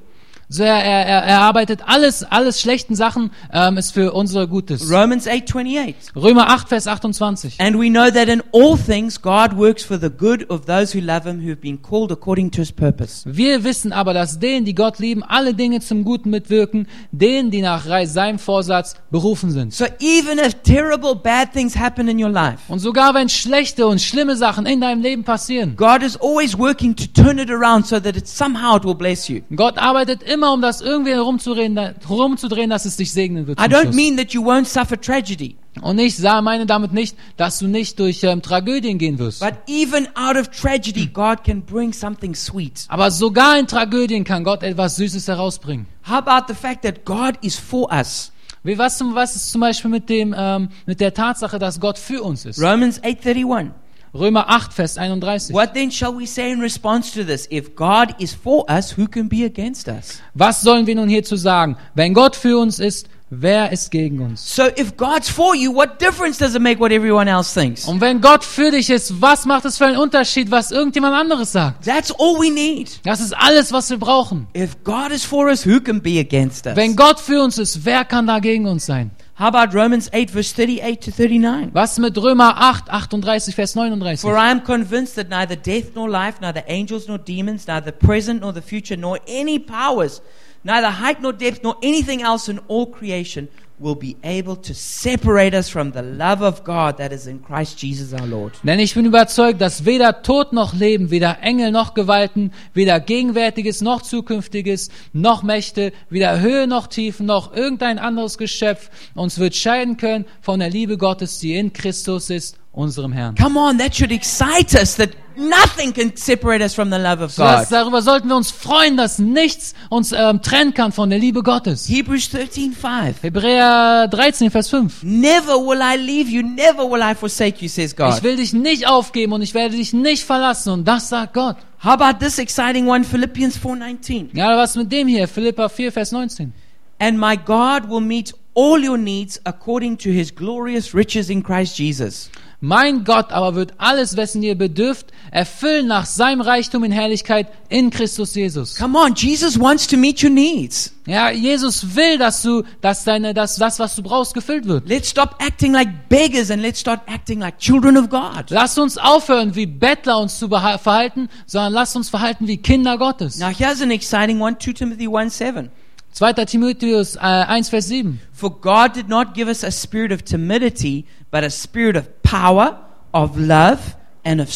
S2: So er, er, er er arbeitet alles, alles schlechten Sachen ähm, ist für unser Gutes.
S1: Romans eight twenty eight.
S2: Römer 8, Vers 28.
S1: And we know that in all things God works for the good of those who love him who have been called according to his purpose.
S2: Wir wissen aber, dass denen, die Gott lieben, alle Dinge zum Guten mitwirken, denen, die nach seinem Vorsatz berufen sind.
S1: So even if terrible bad things happen in your life,
S2: Und sogar wenn schlechte und schlimme Sachen in deinem Leben passieren,
S1: God is always working to turn it around so that it somehow it will bless you.
S2: Gott arbeitet immer, um das irgendwie herumzureden, da- herumzudrehen, dass es dich segnen wird.
S1: I
S2: zum
S1: don't
S2: Schluss.
S1: mean that you won't suffer tragedy,
S2: Und ich sah, meine damit nicht, dass du nicht durch ähm, Tragödien gehen wirst.
S1: but even out of tragedy God can bring something sweet.
S2: Aber sogar in Tragödien kann Gott etwas Süßes herausbringen.
S1: How about the fact that God is for us?
S2: Wie, was, zum- was ist zum Beispiel mit, dem, ähm, mit der Tatsache, dass Gott für uns ist?
S1: Romans 8:31.
S2: Römer 8, Vers 31.
S1: What then shall we say in response to this? If God is for us, who can be against us?
S2: Was sollen wir nun hierzu sagen? Wenn Gott für uns ist, wer ist gegen uns?
S1: So if God's for you, what difference does it make what everyone else thinks?
S2: Und wenn Gott für dich ist, was macht es für einen Unterschied, was irgendjemand anderes sagt?
S1: That's all we need.
S2: Das ist alles, was wir brauchen.
S1: If God is for us, who can be against us?
S2: Wenn Gott für uns ist, wer kann da gegen uns sein?
S1: How about Romans 8, verse 38 to 39?
S2: Was mit Römer 8, 38, Vers 39?
S1: For I am convinced that neither death nor life, neither angels nor demons, neither present nor the future, nor any powers, Neither height nor depth nor anything else in all creation will be able to separate us from the love of God that is in Christ Jesus our Lord.
S2: Denn ich bin überzeugt, dass weder Tod noch Leben, weder Engel noch Gewalten, weder Gegenwärtiges noch Zukünftiges, noch Mächte, weder Höhe noch Tiefen, noch irgendein anderes Geschöpf uns wird scheiden können von der Liebe Gottes, die in Christus ist, unserem Herrn.
S1: Come on, that should excite us that nothing can separate us from the love of God.
S2: Das, darüber sollten wir uns freuen, dass nichts uns ähm, trennen kann von der Liebe Gottes.
S1: Hebrews 13:5.
S2: Hebräer 13, Vers 5.
S1: Never will I leave you, never will I forsake you, says
S2: Ich
S1: God.
S2: will dich nicht aufgeben und ich werde dich nicht verlassen. Und das sagt Gott.
S1: How about this exciting one Philippians 4:19?
S2: Ja, was mit dem hier? Philippa 4, Vers 19.
S1: And my God will meet all your needs according to his glorious riches in Christ Jesus.
S2: Mein Gott aber wird alles, wessen ihr bedürft, erfüllen nach seinem Reichtum in Herrlichkeit in Christus Jesus.
S1: Come on, Jesus wants to meet your needs.
S2: Ja, Jesus will, dass du, dass deine, dass das, was du brauchst, gefüllt wird.
S1: Let's stop acting like beggars and let's start acting like children of God.
S2: Lasst uns aufhören, wie Bettler uns zu beha- verhalten, sondern lasst uns verhalten wie Kinder Gottes.
S1: Now here's an exciting one 2 Timothy 1:7.
S2: 2. Timotheus äh, 1, Vers 7.
S1: For God did not give us a spirit of timidity, but a spirit of power, of love, and of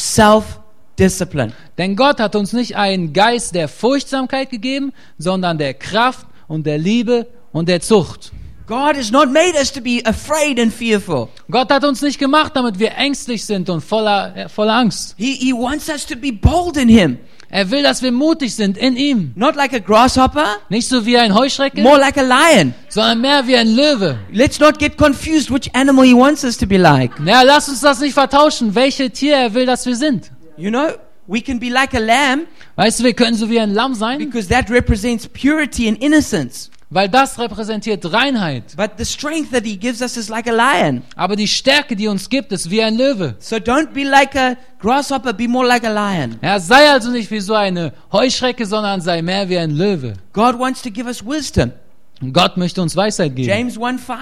S1: self-discipline.
S2: Denn Gott hat uns nicht einen Geist der Furchtsamkeit gegeben, sondern der Kraft und der Liebe und der Zucht.
S1: God has not made us to be afraid and fearful.
S2: Gott hat uns nicht gemacht, damit wir ängstlich sind und voller, äh, voller Angst.
S1: He, he wants us to be bold in Him,
S2: Er will, dass wir mutig sind in ihm.
S1: not like a grasshopper,
S2: Nicht so wie ein Heuschrecke,
S1: more like a lion.
S2: sondern mehr wie ein Löwe.
S1: Let's not get confused which animal He wants us to be like.
S2: Ja, lass uns das nicht vertauschen, welche Tier er will, dass wir sind.
S1: You know, we can be like a lamb
S2: Weißt du, wir können so wie ein Lamm sein,
S1: because that represents purity and innocence.
S2: weil das repräsentiert Reinheit.
S1: But the strength that He gives us is like a lion.
S2: Aber die Stärke, die uns gibt, ist wie ein Löwe.
S1: So don't be like a grasshopper, be more like a lion.
S2: Ja, sei also nicht wie so eine Heuschrecke, sondern sei mehr wie ein Löwe.
S1: God wants to give us wisdom.
S2: Und Gott möchte uns Weisheit geben.
S1: James 1 5.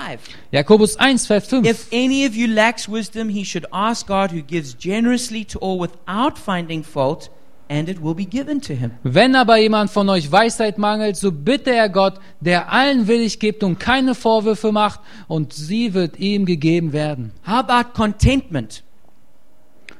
S2: Jakobus 1, Vers 5.
S1: If any of you lacks wisdom, he should ask God, who gives generously to all without finding fault, and it will be given to him.
S2: Wenn aber jemand von euch Weisheit mangelt, so bitte er Gott, der allen willig gibt und keine Vorwürfe macht, und sie wird ihm gegeben werden.
S1: How about contentment?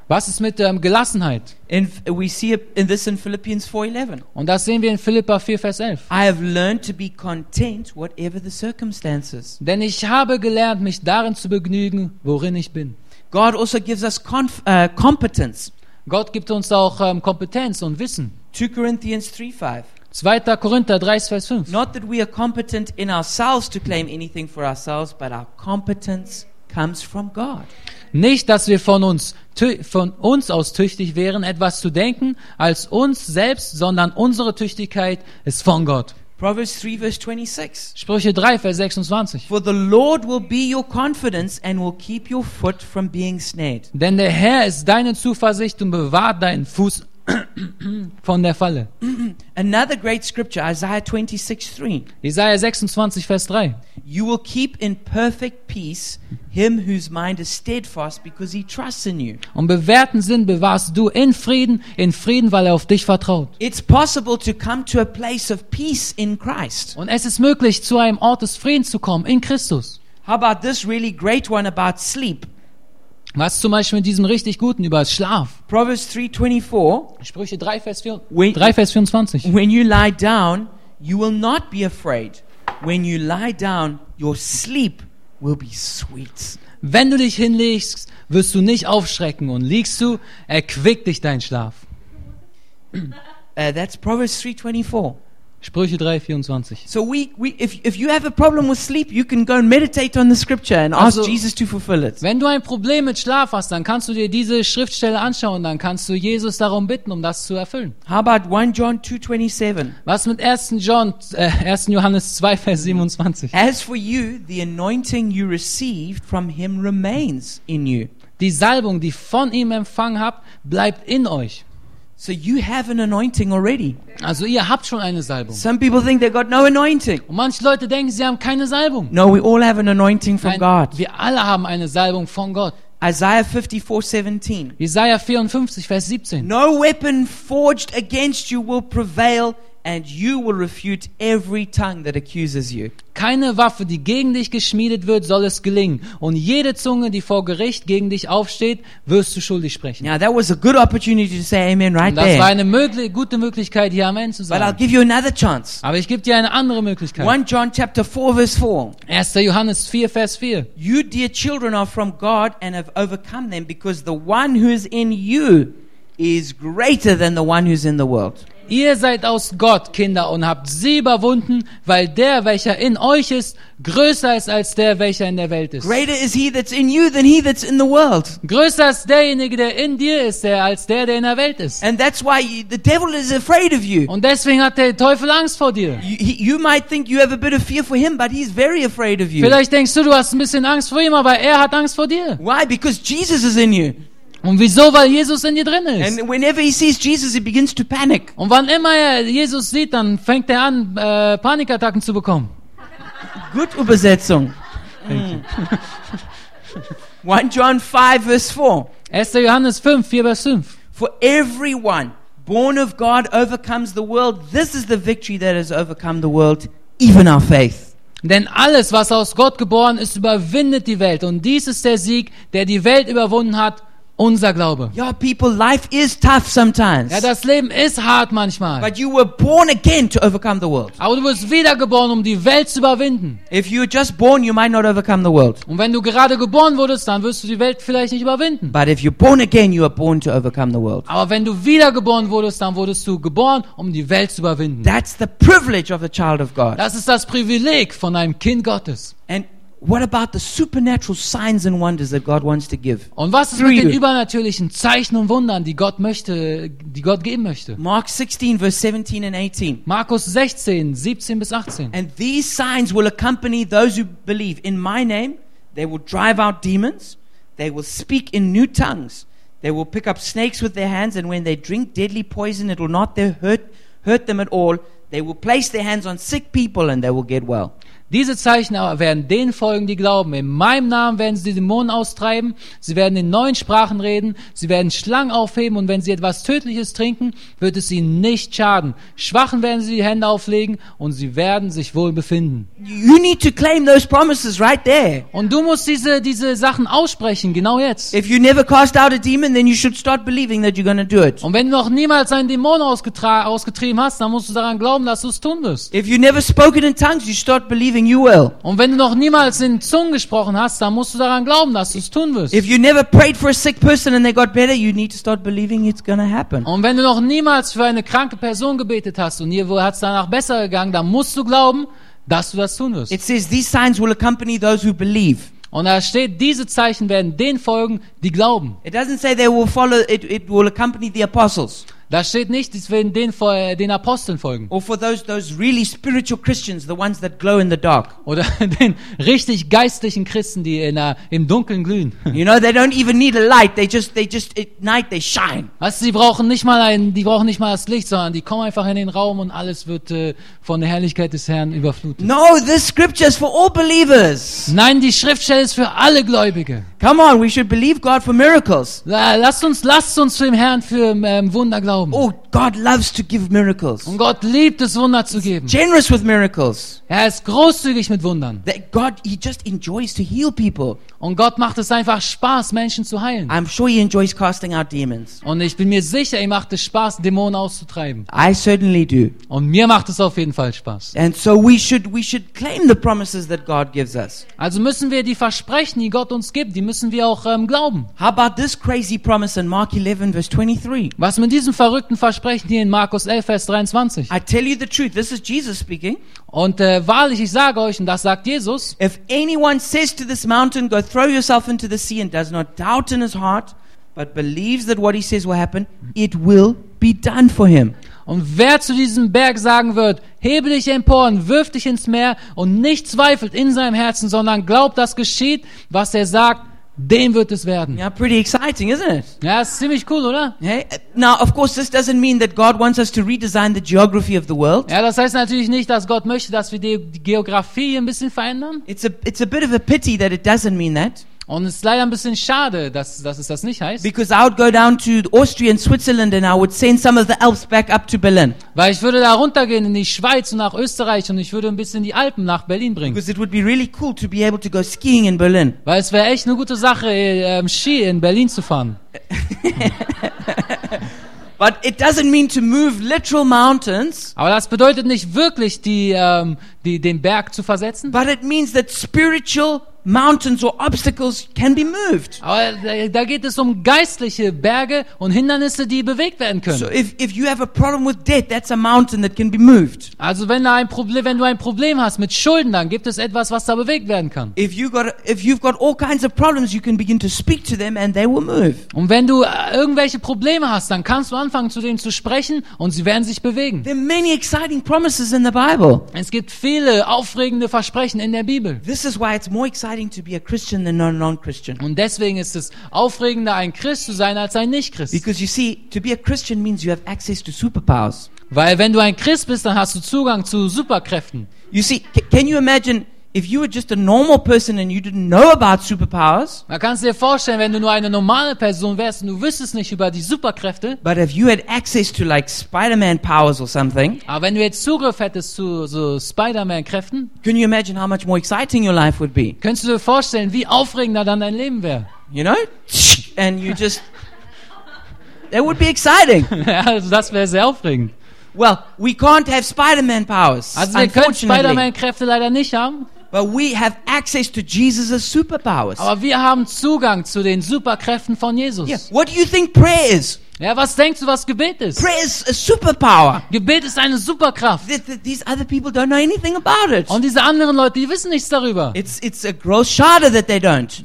S2: Was ist mit ähm, Gelassenheit?
S1: In, we see it in this in Philippians 4:11.
S2: Und das sehen wir in Philippa 4, Vers 11.
S1: I have learned to be content, whatever the circumstances.
S2: Denn ich habe gelernt, mich darin zu begnügen, worin ich bin.
S1: God also gives us conf, uh, competence.
S2: Gott gibt uns auch ähm, Kompetenz und Wissen.
S1: 2 Corinthians 3:5.
S2: 2. Korinther 3, Vers 5.
S1: Not that we are competent in ourselves to claim anything for ourselves, but our competence comes from God.
S2: Nicht, dass wir von uns, tü- von uns aus tüchtig wären, etwas zu denken, als uns selbst, sondern unsere Tüchtigkeit ist von Gott.
S1: Proverbs 3, verse 26.
S2: Sprüche 3, Vers 26.
S1: For the Lord will be your confidence and will keep your foot from being snared.
S2: Denn der Herr ist deine Zuversicht und bewahrt deinen Fuß von der Falle.
S1: Another great scripture, Isaiah 26, 3.
S2: Jesaja 26, Vers 3.
S1: You will keep in perfect peace him whose mind is steadfast because he trusts in you.
S2: Und bewährten Sinn bewahrst du in Frieden, in Frieden, weil er auf dich vertraut.
S1: It's possible to come to a place of peace in Christ.
S2: Und es ist möglich, zu einem Ort des Friedens zu kommen, in Christus.
S1: How about this really great one about sleep?
S2: Was zum Beispiel mit diesem richtig guten über Schlaf.
S1: Proverbs 3:24.
S2: Sprüche 3, Vers, 4,
S1: Wait.
S2: 3, Vers 24.
S1: When you lie down, you will not be afraid. When you lie down, your sleep will be sweet.
S2: Wenn du dich hinlegst, wirst du nicht aufschrecken und liegst du, erquickt dich dein Schlaf.
S1: Uh, that's Proverbs 3:24.
S2: Sprüche 3, 24.
S1: So we, we if, if you have a problem with sleep, you can go and meditate on the scripture and ask
S2: Also-
S1: Jesus to fulfill it.
S2: Wenn du ein Problem mit Schlaf hast, dann kannst du dir diese Schriftstelle anschauen und dann kannst du Jesus darum bitten, um das zu erfüllen.
S1: How about 1 John 2:27?
S2: Was mit 1. John, äh, 1. Johannes 2, Vers 27?
S1: As for you, the anointing you received from him remains in you.
S2: Die Salbung, die von ihm empfangen habt, bleibt in euch.
S1: So you have an anointing already.
S2: Also ihr habt schon eine Salbung.
S1: Some people think they got no anointing.
S2: Und manche Leute denken, sie haben keine Salbung.
S1: No, we all have an anointing from
S2: Nein,
S1: God.
S2: wir alle haben eine Salbung von Gott.
S1: Isaiah 54:17.
S2: Jesaja 54, Vers 17.
S1: No weapon forged against you will prevail, and you will refute every tongue that accuses you.
S2: Keine Waffe, die gegen dich geschmiedet wird, soll es gelingen. Und jede Zunge, die vor Gericht gegen dich aufsteht, wirst du schuldig sprechen.
S1: Now, that was a good opportunity to say amen right
S2: Und das war
S1: there.
S2: eine möglich gute Möglichkeit, hier Amen zu
S1: But I'll
S2: sagen.
S1: give you another chance.
S2: Aber ich gebe dir eine andere Möglichkeit.
S1: 1 John chapter 4 verse 4.
S2: 1. Johannes 4, Vers 4.
S1: You dear children are from God and have overcome them because the one who is in you is greater than the one who's in the world.
S2: Ihr seid aus Gott, Kinder, und habt sie überwunden, weil der, welcher in euch ist, größer ist als der, welcher in der Welt ist.
S1: Greater is he that's in you than he that's in the world.
S2: Größer ist derjenige, der in dir ist, der als der, der in der Welt ist.
S1: And that's why you- the devil is afraid of you.
S2: Und deswegen hat der Teufel Angst vor dir.
S1: You, he, you might think you have a bit of fear for him, but he's very afraid of you.
S2: Vielleicht denkst du, du hast ein bisschen Angst vor ihm, aber er hat Angst vor dir.
S1: Why? Because Jesus is in you.
S2: Und wieso? Weil Jesus in dir drin ist.
S1: And whenever he sees Jesus, he begins to panic.
S2: Und wann immer er Jesus sieht, dann fängt er an, äh, Panikattacken zu bekommen.
S1: Good Übersetzung. Mm. 1 John 5, verse 4.
S2: 1. Johannes 5, 4 bis 5.
S1: For everyone born of God overcomes the world. This is the victory that has overcome the world, even our faith.
S2: Denn alles, was aus Gott geboren ist, überwindet die Welt. Und dies ist der Sieg, der die Welt überwunden hat, unser Glaube.
S1: Yeah, people, life is tough sometimes.
S2: Ja, das Leben ist hart manchmal.
S1: But you were born again to overcome the world.
S2: Aber du wirst wiedergeboren, um die Welt zu überwinden.
S1: If you were just born, you might not overcome the world.
S2: Und wenn du gerade geboren wurdest, dann wirst du die Welt vielleicht nicht überwinden.
S1: But if you're born again, you are born to overcome the world.
S2: Aber wenn du wiedergeboren wurdest, dann wurdest du geboren, um die Welt zu überwinden.
S1: That's the privilege of a child of God.
S2: Das ist das Privileg von einem Kind Gottes.
S1: And what about the supernatural signs and wonders that God wants to give?
S2: Und was ist
S1: Through
S2: mit den
S1: you.
S2: übernatürlichen Zeichen und Wundern, die Gott möchte, die Gott geben möchte?
S1: Mark 16, verse 17 and 18.
S2: Markus 16, 17 bis 18.
S1: And these signs will accompany those who believe. In my name, they will drive out demons. They will speak in new tongues. They will pick up snakes with their hands, and when they drink deadly poison, it will not they hurt, hurt them at all. They will place their hands on sick people, and they will get well.
S2: Diese Zeichen aber werden denen folgen, die glauben. In meinem Namen werden sie die Dämonen austreiben, sie werden in neuen Sprachen reden, sie werden Schlangen aufheben und wenn sie etwas Tödliches trinken, wird es ihnen nicht schaden. Schwachen werden sie die Hände auflegen und sie werden sich wohl befinden.
S1: You need to claim those promises right there.
S2: Und du musst diese, diese Sachen aussprechen, genau jetzt.
S1: If you never cast out a demon, then you should start believing that you're going to do it.
S2: Und wenn du noch niemals einen Dämon ausgetra ausgetrieben hast, dann musst du daran glauben, dass du es tun wirst.
S1: If you never spoken in tongues, you start believing you will.
S2: Und wenn du noch niemals in Zungen gesprochen hast, dann musst du daran glauben, dass du es tun wirst.
S1: If you never prayed for a sick person and they got better, you need to start believing it's going to happen.
S2: Und wenn du noch niemals für eine kranke Person gebetet hast und ihr hat es danach besser gegangen, dann musst du glauben, dass du das tun wirst.
S1: It says these signs will accompany those who believe.
S2: Und da steht, diese Zeichen werden denen folgen, die glauben.
S1: It doesn't say they will follow, it, it will accompany the apostles
S2: Da steht nicht, es werden denen, fol- äh, den Aposteln folgen.
S1: or for those, those really spiritual Christians, the ones that glow in the dark.
S2: Oder den richtig geistlichen Christen, die in der, im Dunkeln glühen.
S1: You know, they don't even need a light. They just, they just, at night they shine.
S2: Weißt du, die brauchen nicht mal ein, die brauchen nicht mal das Licht, sondern die kommen einfach in den Raum und alles wird äh, von der Herrlichkeit des Herrn überflutet.
S1: No, this scripture is for all believers.
S2: Nein, die Schriftstelle ist für alle Gläubige.
S1: Come on, we should believe God for miracles.
S2: La- Lasst uns, lasst uns dem Herrn für ähm, Wunder glauben.
S1: Oh, God loves to give miracles.
S2: Und Gott liebt es, Wunder zu geben.
S1: Generous with miracles.
S2: Er ist großzügig mit Wundern.
S1: That God, He just enjoys to heal people.
S2: Und Gott macht es einfach Spaß, Menschen zu heilen.
S1: I'm sure He enjoys casting out demons.
S2: Und ich bin mir sicher, ihm macht es Spaß, Dämonen auszutreiben.
S1: I certainly do.
S2: Und mir macht es auf jeden Fall Spaß.
S1: And so we should we should claim the promises that God gives us.
S2: Also müssen wir die Versprechen, die Gott uns gibt, die müssen wir auch ähm, glauben.
S1: How about this crazy promise in Mark 11 verse 23?
S2: Was mit diesem verrückten Versprechen hier in Markus 11, Vers 23?
S1: I tell you the truth, this is Jesus speaking.
S2: Und äh, wahrlich, ich sage euch, und das sagt Jesus,
S1: If anyone says to this mountain, go throw yourself into the sea and does not doubt in his heart, but believes that what he says will happen, it will be done for him.
S2: und wer zu diesem Berg sagen wird, hebe dich empor und wirf dich ins Meer und nicht zweifelt in seinem Herzen, sondern glaubt, dass geschieht, was er sagt, dem wird es werden.
S1: Yeah, pretty exciting, isn't it?
S2: Ja, ist ziemlich cool, oder?
S1: Hey, uh, Now, of course, this doesn't mean that God wants us to redesign the geography of the world.
S2: Ja, das heißt natürlich nicht, dass Gott möchte, dass wir die die Geografie ein bisschen verändern.
S1: It's a, it's a bit of a pity that it doesn't mean that.
S2: Und es ist leider ein bisschen schade, dass, dass es das nicht heißt.
S1: Because I would go down to Austria and Switzerland and I would send some of the Alps back up to Berlin.
S2: Weil ich würde da runtergehen in die Schweiz und nach Österreich und ich würde ein bisschen die Alpen nach Berlin bringen.
S1: Because it would be really cool to be able to go skiing in Berlin.
S2: Weil es wäre echt eine gute Sache, äh, ähm, Ski in Berlin zu fahren.
S1: But it doesn't mean to move literal mountains,
S2: Aber das bedeutet nicht wirklich, die, ähm, die, den Berg zu versetzen.
S1: but it means that spiritual mountains or obstacles can be moved.
S2: Aber da- da geht es um geistliche Berge und Hindernisse, die bewegt werden
S1: So
S2: können.
S1: if, if you have a problem with debt, that's a mountain that can be moved.
S2: Also wenn, da ein Problem, wenn du ein Problem hast mit Schulden, dann gibt es etwas, was da bewegt werden kann.
S1: If you got if you've got all kinds of problems, you can begin to speak to them and they will move.
S2: Und wenn du äh, irgendwelche Probleme hast, dann kannst du anfangen, zu denen zu sprechen und sie werden sich bewegen.
S1: There are many exciting promises in the Bible.
S2: Es gibt viele aufregende Versprechen in der Bibel.
S1: This is why it's more exciting to be a Christian than a non-Christian.
S2: Und deswegen ist es aufregender, ein Christ zu sein, als ein Nicht-Christ.
S1: Because you see, to be a Christian means you have access to superpowers.
S2: Weil wenn du ein Christ bist, dann hast du Zugang zu Superkräften.
S1: You see, c- can you imagine if you were just a normal person and you didn't know about superpowers,
S2: Man kann es dir vorstellen, wenn du nur eine normale Person wärst und du wüsstest nicht über die Superkräfte,
S1: but if you had access to like Spider-Man powers or something,
S2: aber wenn du jetzt Zugriff hättest zu so Spider-Man-Kräften,
S1: can you imagine how much more exciting your life would be?
S2: könntest du dir vorstellen, wie aufregender dann dein Leben wäre.
S1: You know? And you just that would be exciting.
S2: Ja, also das wäre sehr aufregend.
S1: Well, we can't have Spider-Man powers,
S2: Also wir können
S1: unfortunately.
S2: Spider-Man-Kräfte leider nicht haben,
S1: But we have access to Jesus' superpowers.
S2: aber wir haben Zugang zu den Superkräften von Jesus.
S1: Yeah. What do you think prayer is?
S2: Ja, was denkst du, was Gebet ist?
S1: Prayer is a superpower.
S2: Gebet ist eine Superkraft.
S1: Th- th- These other people don't know anything about it.
S2: Und diese anderen Leute, die wissen nichts darüber.
S1: It's it's a gross shadow that they don't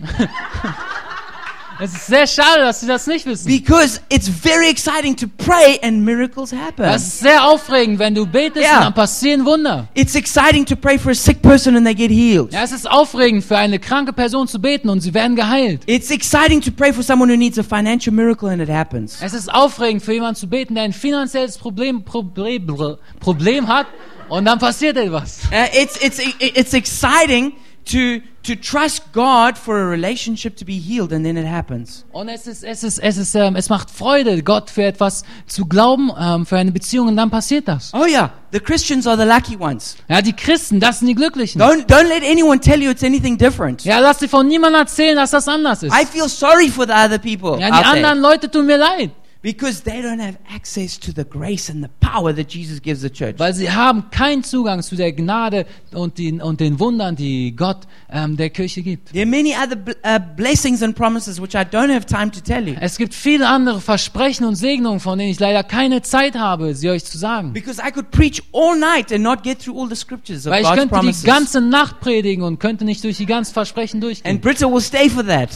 S2: Es ist sehr schade, dass sie das nicht wissen.
S1: because it's very exciting to pray and miracles happen.
S2: Das ist sehr aufregend, wenn du betest
S1: Ja.
S2: und dann passieren Wunder.
S1: It's exciting to pray for a sick person and they get healed.
S2: Ja, es ist aufregend, für eine kranke Person zu beten und sie werden geheilt.
S1: It's exciting to pray for someone who needs a financial miracle and it happens.
S2: Es ist aufregend, für jemanden zu beten, der ein finanzielles Problem, Problem, Br- Problem hat und dann passiert etwas.
S1: Uh, it's it's i- i- it's exciting to to trust God for a relationship to be healed and then it happens.
S2: Und es ist, es ist, es ist, ähm, es macht Freude, Gott für etwas zu glauben, ähm, für eine Beziehung und dann passiert das.
S1: Oh yeah, the Christians are the lucky ones.
S2: Ja, die Christen, das sind die Glücklichen.
S1: Don't don't let anyone tell you it's anything different.
S2: Ja, lass dir von niemandem erzählen, dass das anders ist.
S1: I feel sorry for the other people
S2: Ja, die
S1: out there.
S2: anderen Leute tun mir leid.
S1: Because they don't have access to the grace and the power that Jesus gives the church.
S2: Weil sie haben keinen Zugang zu der Gnade und den, und den Wundern, die Gott ähm, der Kirche gibt.
S1: there are many other bl- uh, blessings and promises which I don't have time to tell you.
S2: Es gibt viele andere Versprechen und Segnungen, von denen ich leider keine Zeit habe, sie euch zu sagen.
S1: Because I could preach all night and not get through all the scriptures of
S2: Weil ich
S1: God's
S2: könnte die
S1: promises.
S2: ganze Nacht predigen und könnte nicht durch die ganzen Versprechen
S1: and
S2: durchgehen.
S1: Britta will stay for that.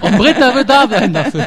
S2: Und Britta wird da bleiben dafür.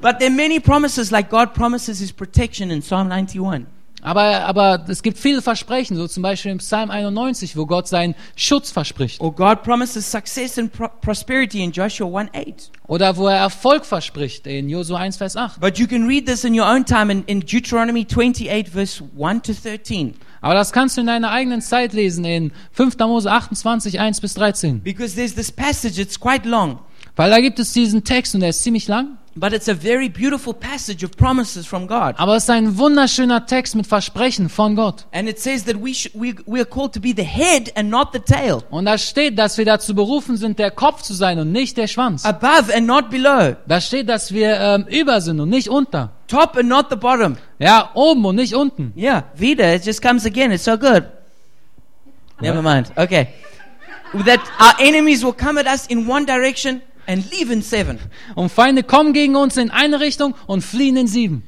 S1: But there are many promises, like God promises His protection in Psalm 91.
S2: Aber, aber es gibt viele Versprechen, so zum Beispiel im Psalm 91, wo Gott seinen Schutz verspricht.
S1: Or God promises success and pro- prosperity in Joshua 1 8.
S2: Oder wo er Erfolg verspricht, in Josua 1, Vers 8.
S1: But you can read this in your own time in, in Deuteronomy 28, verse 1 to 13.
S2: Aber das kannst du in deiner eigenen Zeit lesen, in 5. Mose 28, 1 bis 13.
S1: Because there's this passage, it's quite long.
S2: Weil da gibt es diesen Text und der ist ziemlich lang.
S1: But it's a very beautiful passage of promises from God.
S2: Aber es ist ein wunderschöner Text mit Versprechen von Gott.
S1: And it says that we, sh- we, we are called to be the head and not the tail,
S2: Und da steht, dass wir dazu berufen sind, der Kopf zu sein und nicht der Schwanz.
S1: above and not below,
S2: Da steht, dass wir ähm, über sind und nicht unter.
S1: top and not the bottom.
S2: Ja, oben und nicht unten.
S1: Yeah, Vida, it just comes again. It's so good. Never mind. Okay. That our enemies will come at us in one direction and leave in seven.
S2: Und Feinde kommen gegen uns in eine Richtung und fliehen in sieben.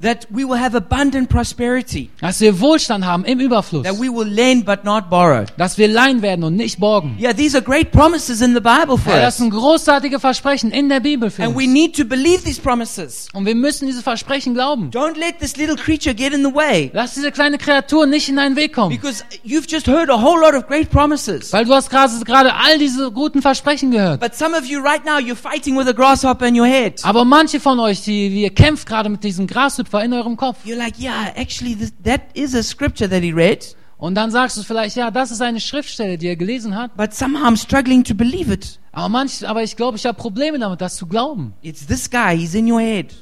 S1: That we will have abundant prosperity.
S2: Dass wir Wohlstand haben im Überfluss.
S1: That we will lend but not borrow.
S2: Dass wir leihen werden und nicht borgen.
S1: Yeah, these are great promises in the Bible for
S2: Ja, das
S1: us.
S2: sind großartige Versprechen in der Bibel für
S1: And we
S2: uns.
S1: need to believe these promises.
S2: Und wir müssen diese Versprechen glauben.
S1: Don't let this little creature get in the way.
S2: Lass diese kleine Kreatur nicht in deinen Weg kommen.
S1: Because you've just heard a whole lot of great promises.
S2: Weil du hast gerade gerade all diese guten Versprechen gehört.
S1: But some of you right now, you're fighting with a grasshopper in your head.
S2: Aber manche von euch, die, die ihr kämpft gerade mit diesem Grashüpfer in eurem Kopf.
S1: You're like, yeah, actually, this, that is a scripture that he read,
S2: Und dann sagst du vielleicht, ja, das ist eine Schriftstelle, die er gelesen hat.
S1: but somehow I'm struggling to believe it.
S2: Aber, manch, aber ich glaube, ich habe Probleme damit, das zu glauben.
S1: It's this guy, he's in your head.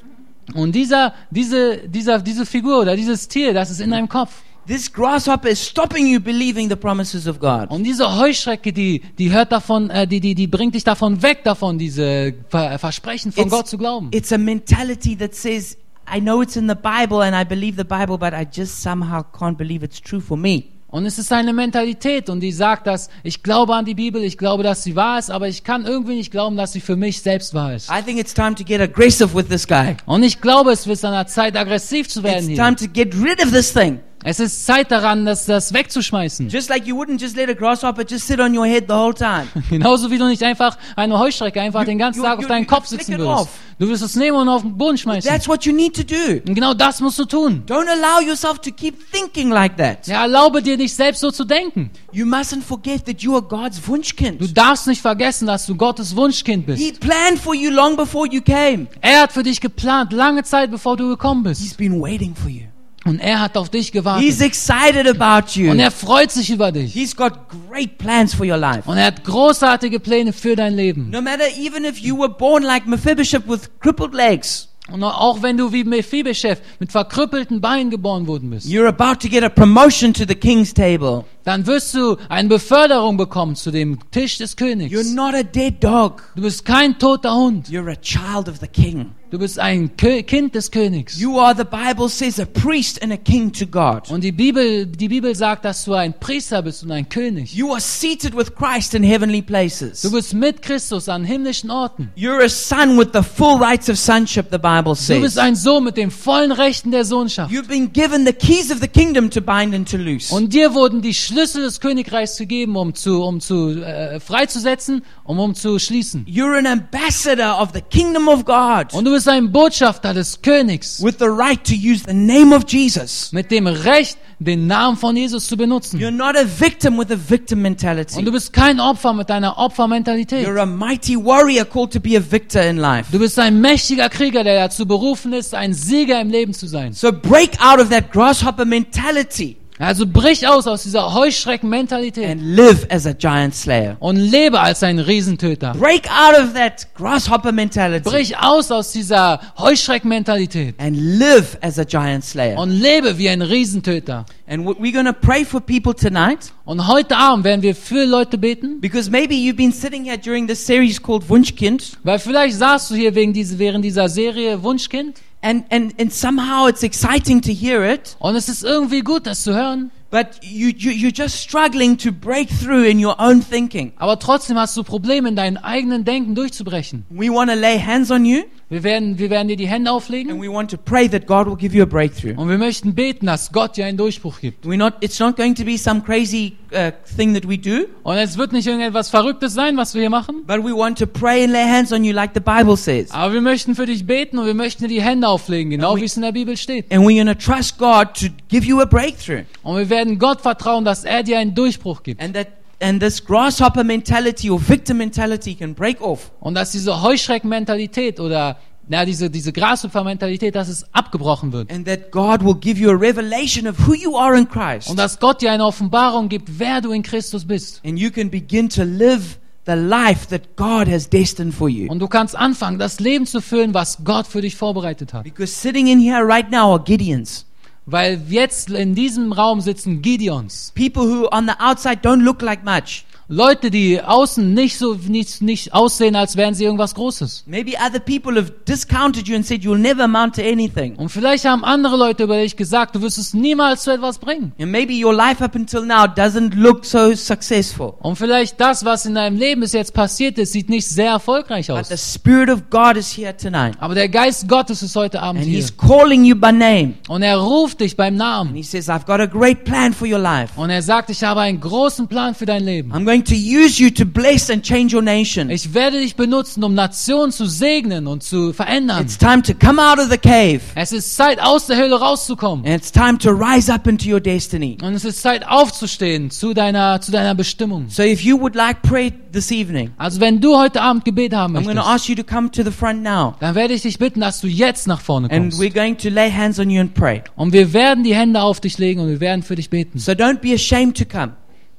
S2: Und dieser, diese, dieser, diese Figur oder dieses Tier, das ist in deinem Kopf.
S1: This grasshopper is stopping you believing the promises of God.
S2: Und diese Heuschrecke, die, die hört davon, äh, die, die, die bringt dich davon weg, davon diese Ver äh, Versprechen von
S1: It's-
S2: Gott zu glauben.
S1: It's a mentality that says, I know it's in the Bible and I believe the Bible, but I just somehow can't believe it's true for me.
S2: Und es ist eine Mentalität und die sagt, dass ich glaube an die Bibel, ich glaube, dass sie wahr ist, aber ich kann irgendwie nicht glauben, dass sie für mich selbst wahr ist.
S1: I think it's time to get aggressive with this guy.
S2: Und ich glaube, es wird an der Zeit, aggressiv zu werden
S1: It's time
S2: hier.
S1: to get rid of this thing.
S2: Es ist Zeit daran, das, das wegzuschmeißen.
S1: Just like you wouldn't just let a grasshopper just sit on your head the whole time.
S2: Genauso wie du nicht einfach eine Heuschrecke einfach den ganzen
S1: you-
S2: Tag auf
S1: you-
S2: deinen
S1: you
S2: Kopf
S1: flick
S2: sitzen
S1: it
S2: würdest.
S1: off.
S2: Du wirst es nehmen und auf den Boden schmeißen.
S1: That's what you need to do.
S2: Und genau das musst du tun.
S1: Don't allow yourself to keep thinking like that.
S2: Ja, erlaube dir nicht selbst so zu denken.
S1: You mustn't forget that you are God's
S2: Du
S1: Wunschkind.
S2: darfst nicht vergessen, dass du Gottes Wunschkind
S1: He
S2: bist.
S1: planned for you long before you came.
S2: Er hat für dich geplant, lange Zeit bevor du gekommen
S1: He's
S2: bist.
S1: been waiting for you.
S2: Und er hat auf dich
S1: He's
S2: gewartet.
S1: excited about
S2: Und
S1: you.
S2: er freut sich über dich.
S1: He's got great plans for your life.
S2: Und er hat großartige Pläne für dein Leben.
S1: No matter even if you were born like Mephibosheth with crippled legs,
S2: Und auch wenn du wie Mephibosheth mit verkrüppelten Beinen geboren worden bist,
S1: you're about to get a promotion to the king's table.
S2: dann wirst du eine Beförderung bekommen zu dem Tisch des
S1: You're
S2: Königs.
S1: not a dead dog.
S2: Du bist kein toter Hund.
S1: You're a child of the king.
S2: Du bist ein Kö Kind des Königs.
S1: You are, the Bible says, a priest and a king to God.
S2: Und die Bibel, die Bibel sagt, dass du ein Priester bist und ein König.
S1: You are seated with Christ in heavenly
S2: Du
S1: places.
S2: bist mit Christus an himmlischen Orten.
S1: You're a son with the full rights of sonship, the Bible
S2: Du bist
S1: says.
S2: ein Sohn mit den vollen Rechten der Sohnschaft.
S1: You've been given the keys of the kingdom to bind and to loose.
S2: Und dir wurden die Schlüssel des Königreichs zu geben, um zu, um zu äh, freizusetzen, um um zu schließen.
S1: You're an ambassador of the kingdom of God
S2: Und du bist ein Botschafter des Königs
S1: with the right to use the name of Jesus.
S2: mit dem Recht, den Namen von Jesus zu
S1: You're
S2: benutzen.
S1: not a victim with a victim
S2: Und du
S1: mentality.
S2: bist kein Opfer mit deiner Opfermentalität.
S1: You're a mighty warrior called to be a victor in life.
S2: Du bist ein mächtiger Krieger, der dazu berufen ist, ein Sieger im Leben zu sein.
S1: So break out of that grasshopper mentality
S2: Also brich aus aus dieser Heuschreckenmentalität
S1: and live as a giant slayer.
S2: und lebe als ein Riesentöter.
S1: Break out of that grasshopper mentality
S2: Brich aus aus dieser Heuschreckenmentalität
S1: and live as a giant slayer.
S2: und lebe wie ein Riesentöter.
S1: And w- we're going to pray for people tonight
S2: Und heute Abend werden wir für Leute beten,
S1: because maybe you've been sitting here during this series called Wunschkind
S2: weil vielleicht saßt du hier wegen diese, während dieser Serie Wunschkind
S1: and, and, and somehow it's exciting to hear it,
S2: und es ist irgendwie gut, das zu hören,
S1: but you, you, you're just struggling to break through in your own thinking.
S2: aber trotzdem hast du Probleme, in deinem eigenen Denken durchzubrechen.
S1: We want to lay hands on you
S2: Wir werden, wir werden dir die Hände
S1: and
S2: auflegen
S1: we want to pray that God will give you a breakthrough.
S2: und wir möchten beten, dass Gott dir einen Durchbruch gibt.
S1: We're not, it's not going to be some crazy uh, thing that we do,
S2: Und es wird nicht irgendetwas Verrücktes sein, was wir hier machen.
S1: but we want to pray and lay hands on you like the Bible says.
S2: Aber wir möchten für dich beten und wir möchten dir die Hände auflegen, genau wie es in der Bibel steht.
S1: And we're going to trust God to give you a breakthrough.
S2: Und wir werden Gott vertrauen, dass er dir einen Durchbruch gibt.
S1: And that and this grasshopper mentality or victim mentality can break off.
S2: Und dass diese Heuschreckenmentalität oder na, diese, diese Grashüpfermentalität, dass es abgebrochen wird.
S1: And that God will give you a revelation of who you are in Christ.
S2: Und dass Gott dir eine Offenbarung gibt, wer du in Christus bist.
S1: And you can begin to live the life that God has destined for you.
S2: Und du kannst anfangen, das Leben zu führen, was Gott für dich vorbereitet hat.
S1: Because sitting in here right now are Gideons.
S2: Weil jetzt in diesem Raum sitzen Gideons.
S1: People who on the outside don't look like much.
S2: Leute, die außen nicht so, nicht, nicht aussehen, als wären sie irgendwas Großes.
S1: Maybe other people have discounted you and said you'll never amount to anything.
S2: Und vielleicht haben andere Leute über dich gesagt, du wirst es niemals zu etwas bringen.
S1: And maybe your life up until now doesn't look so successful.
S2: Und vielleicht das, was in deinem Leben bis jetzt passiert ist, sieht nicht sehr erfolgreich
S1: But the
S2: aus.
S1: Spirit of God is here tonight.
S2: Aber der Geist Gottes ist heute Abend
S1: And
S2: hier.
S1: He's calling you by name.
S2: Und er ruft dich beim Namen.
S1: He says, I've got a great plan for your life.
S2: Und er sagt, ich habe einen großen Plan für dein Leben.
S1: I'm going to use you to bless and change your nation.
S2: Ich werde dich benutzen, um Nationen zu segnen und zu verändern.
S1: It's time to come out of the cave.
S2: Es ist Zeit, aus der Höhle rauszukommen.
S1: And it's time to rise up into your destiny.
S2: Und es ist Zeit, aufzustehen zu deiner, zu deiner Bestimmung.
S1: So if you would like prayer this evening,
S2: Also wenn du heute Abend Gebet haben
S1: I'm going to
S2: möchtest,
S1: ask you to come to the front now.
S2: dann werde ich dich bitten, dass du jetzt nach vorne
S1: And
S2: kommst.
S1: we're going to lay hands
S2: Mm.
S1: on you and pray.
S2: Und wir werden die Hände auf dich legen und wir werden für dich beten.
S1: So don't be ashamed to come.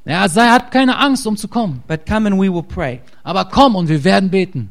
S1: Ja, sei, hab keine um Angst, um zu kommen.
S2: But come and we will pray.
S1: Aber komm und wir werden beten.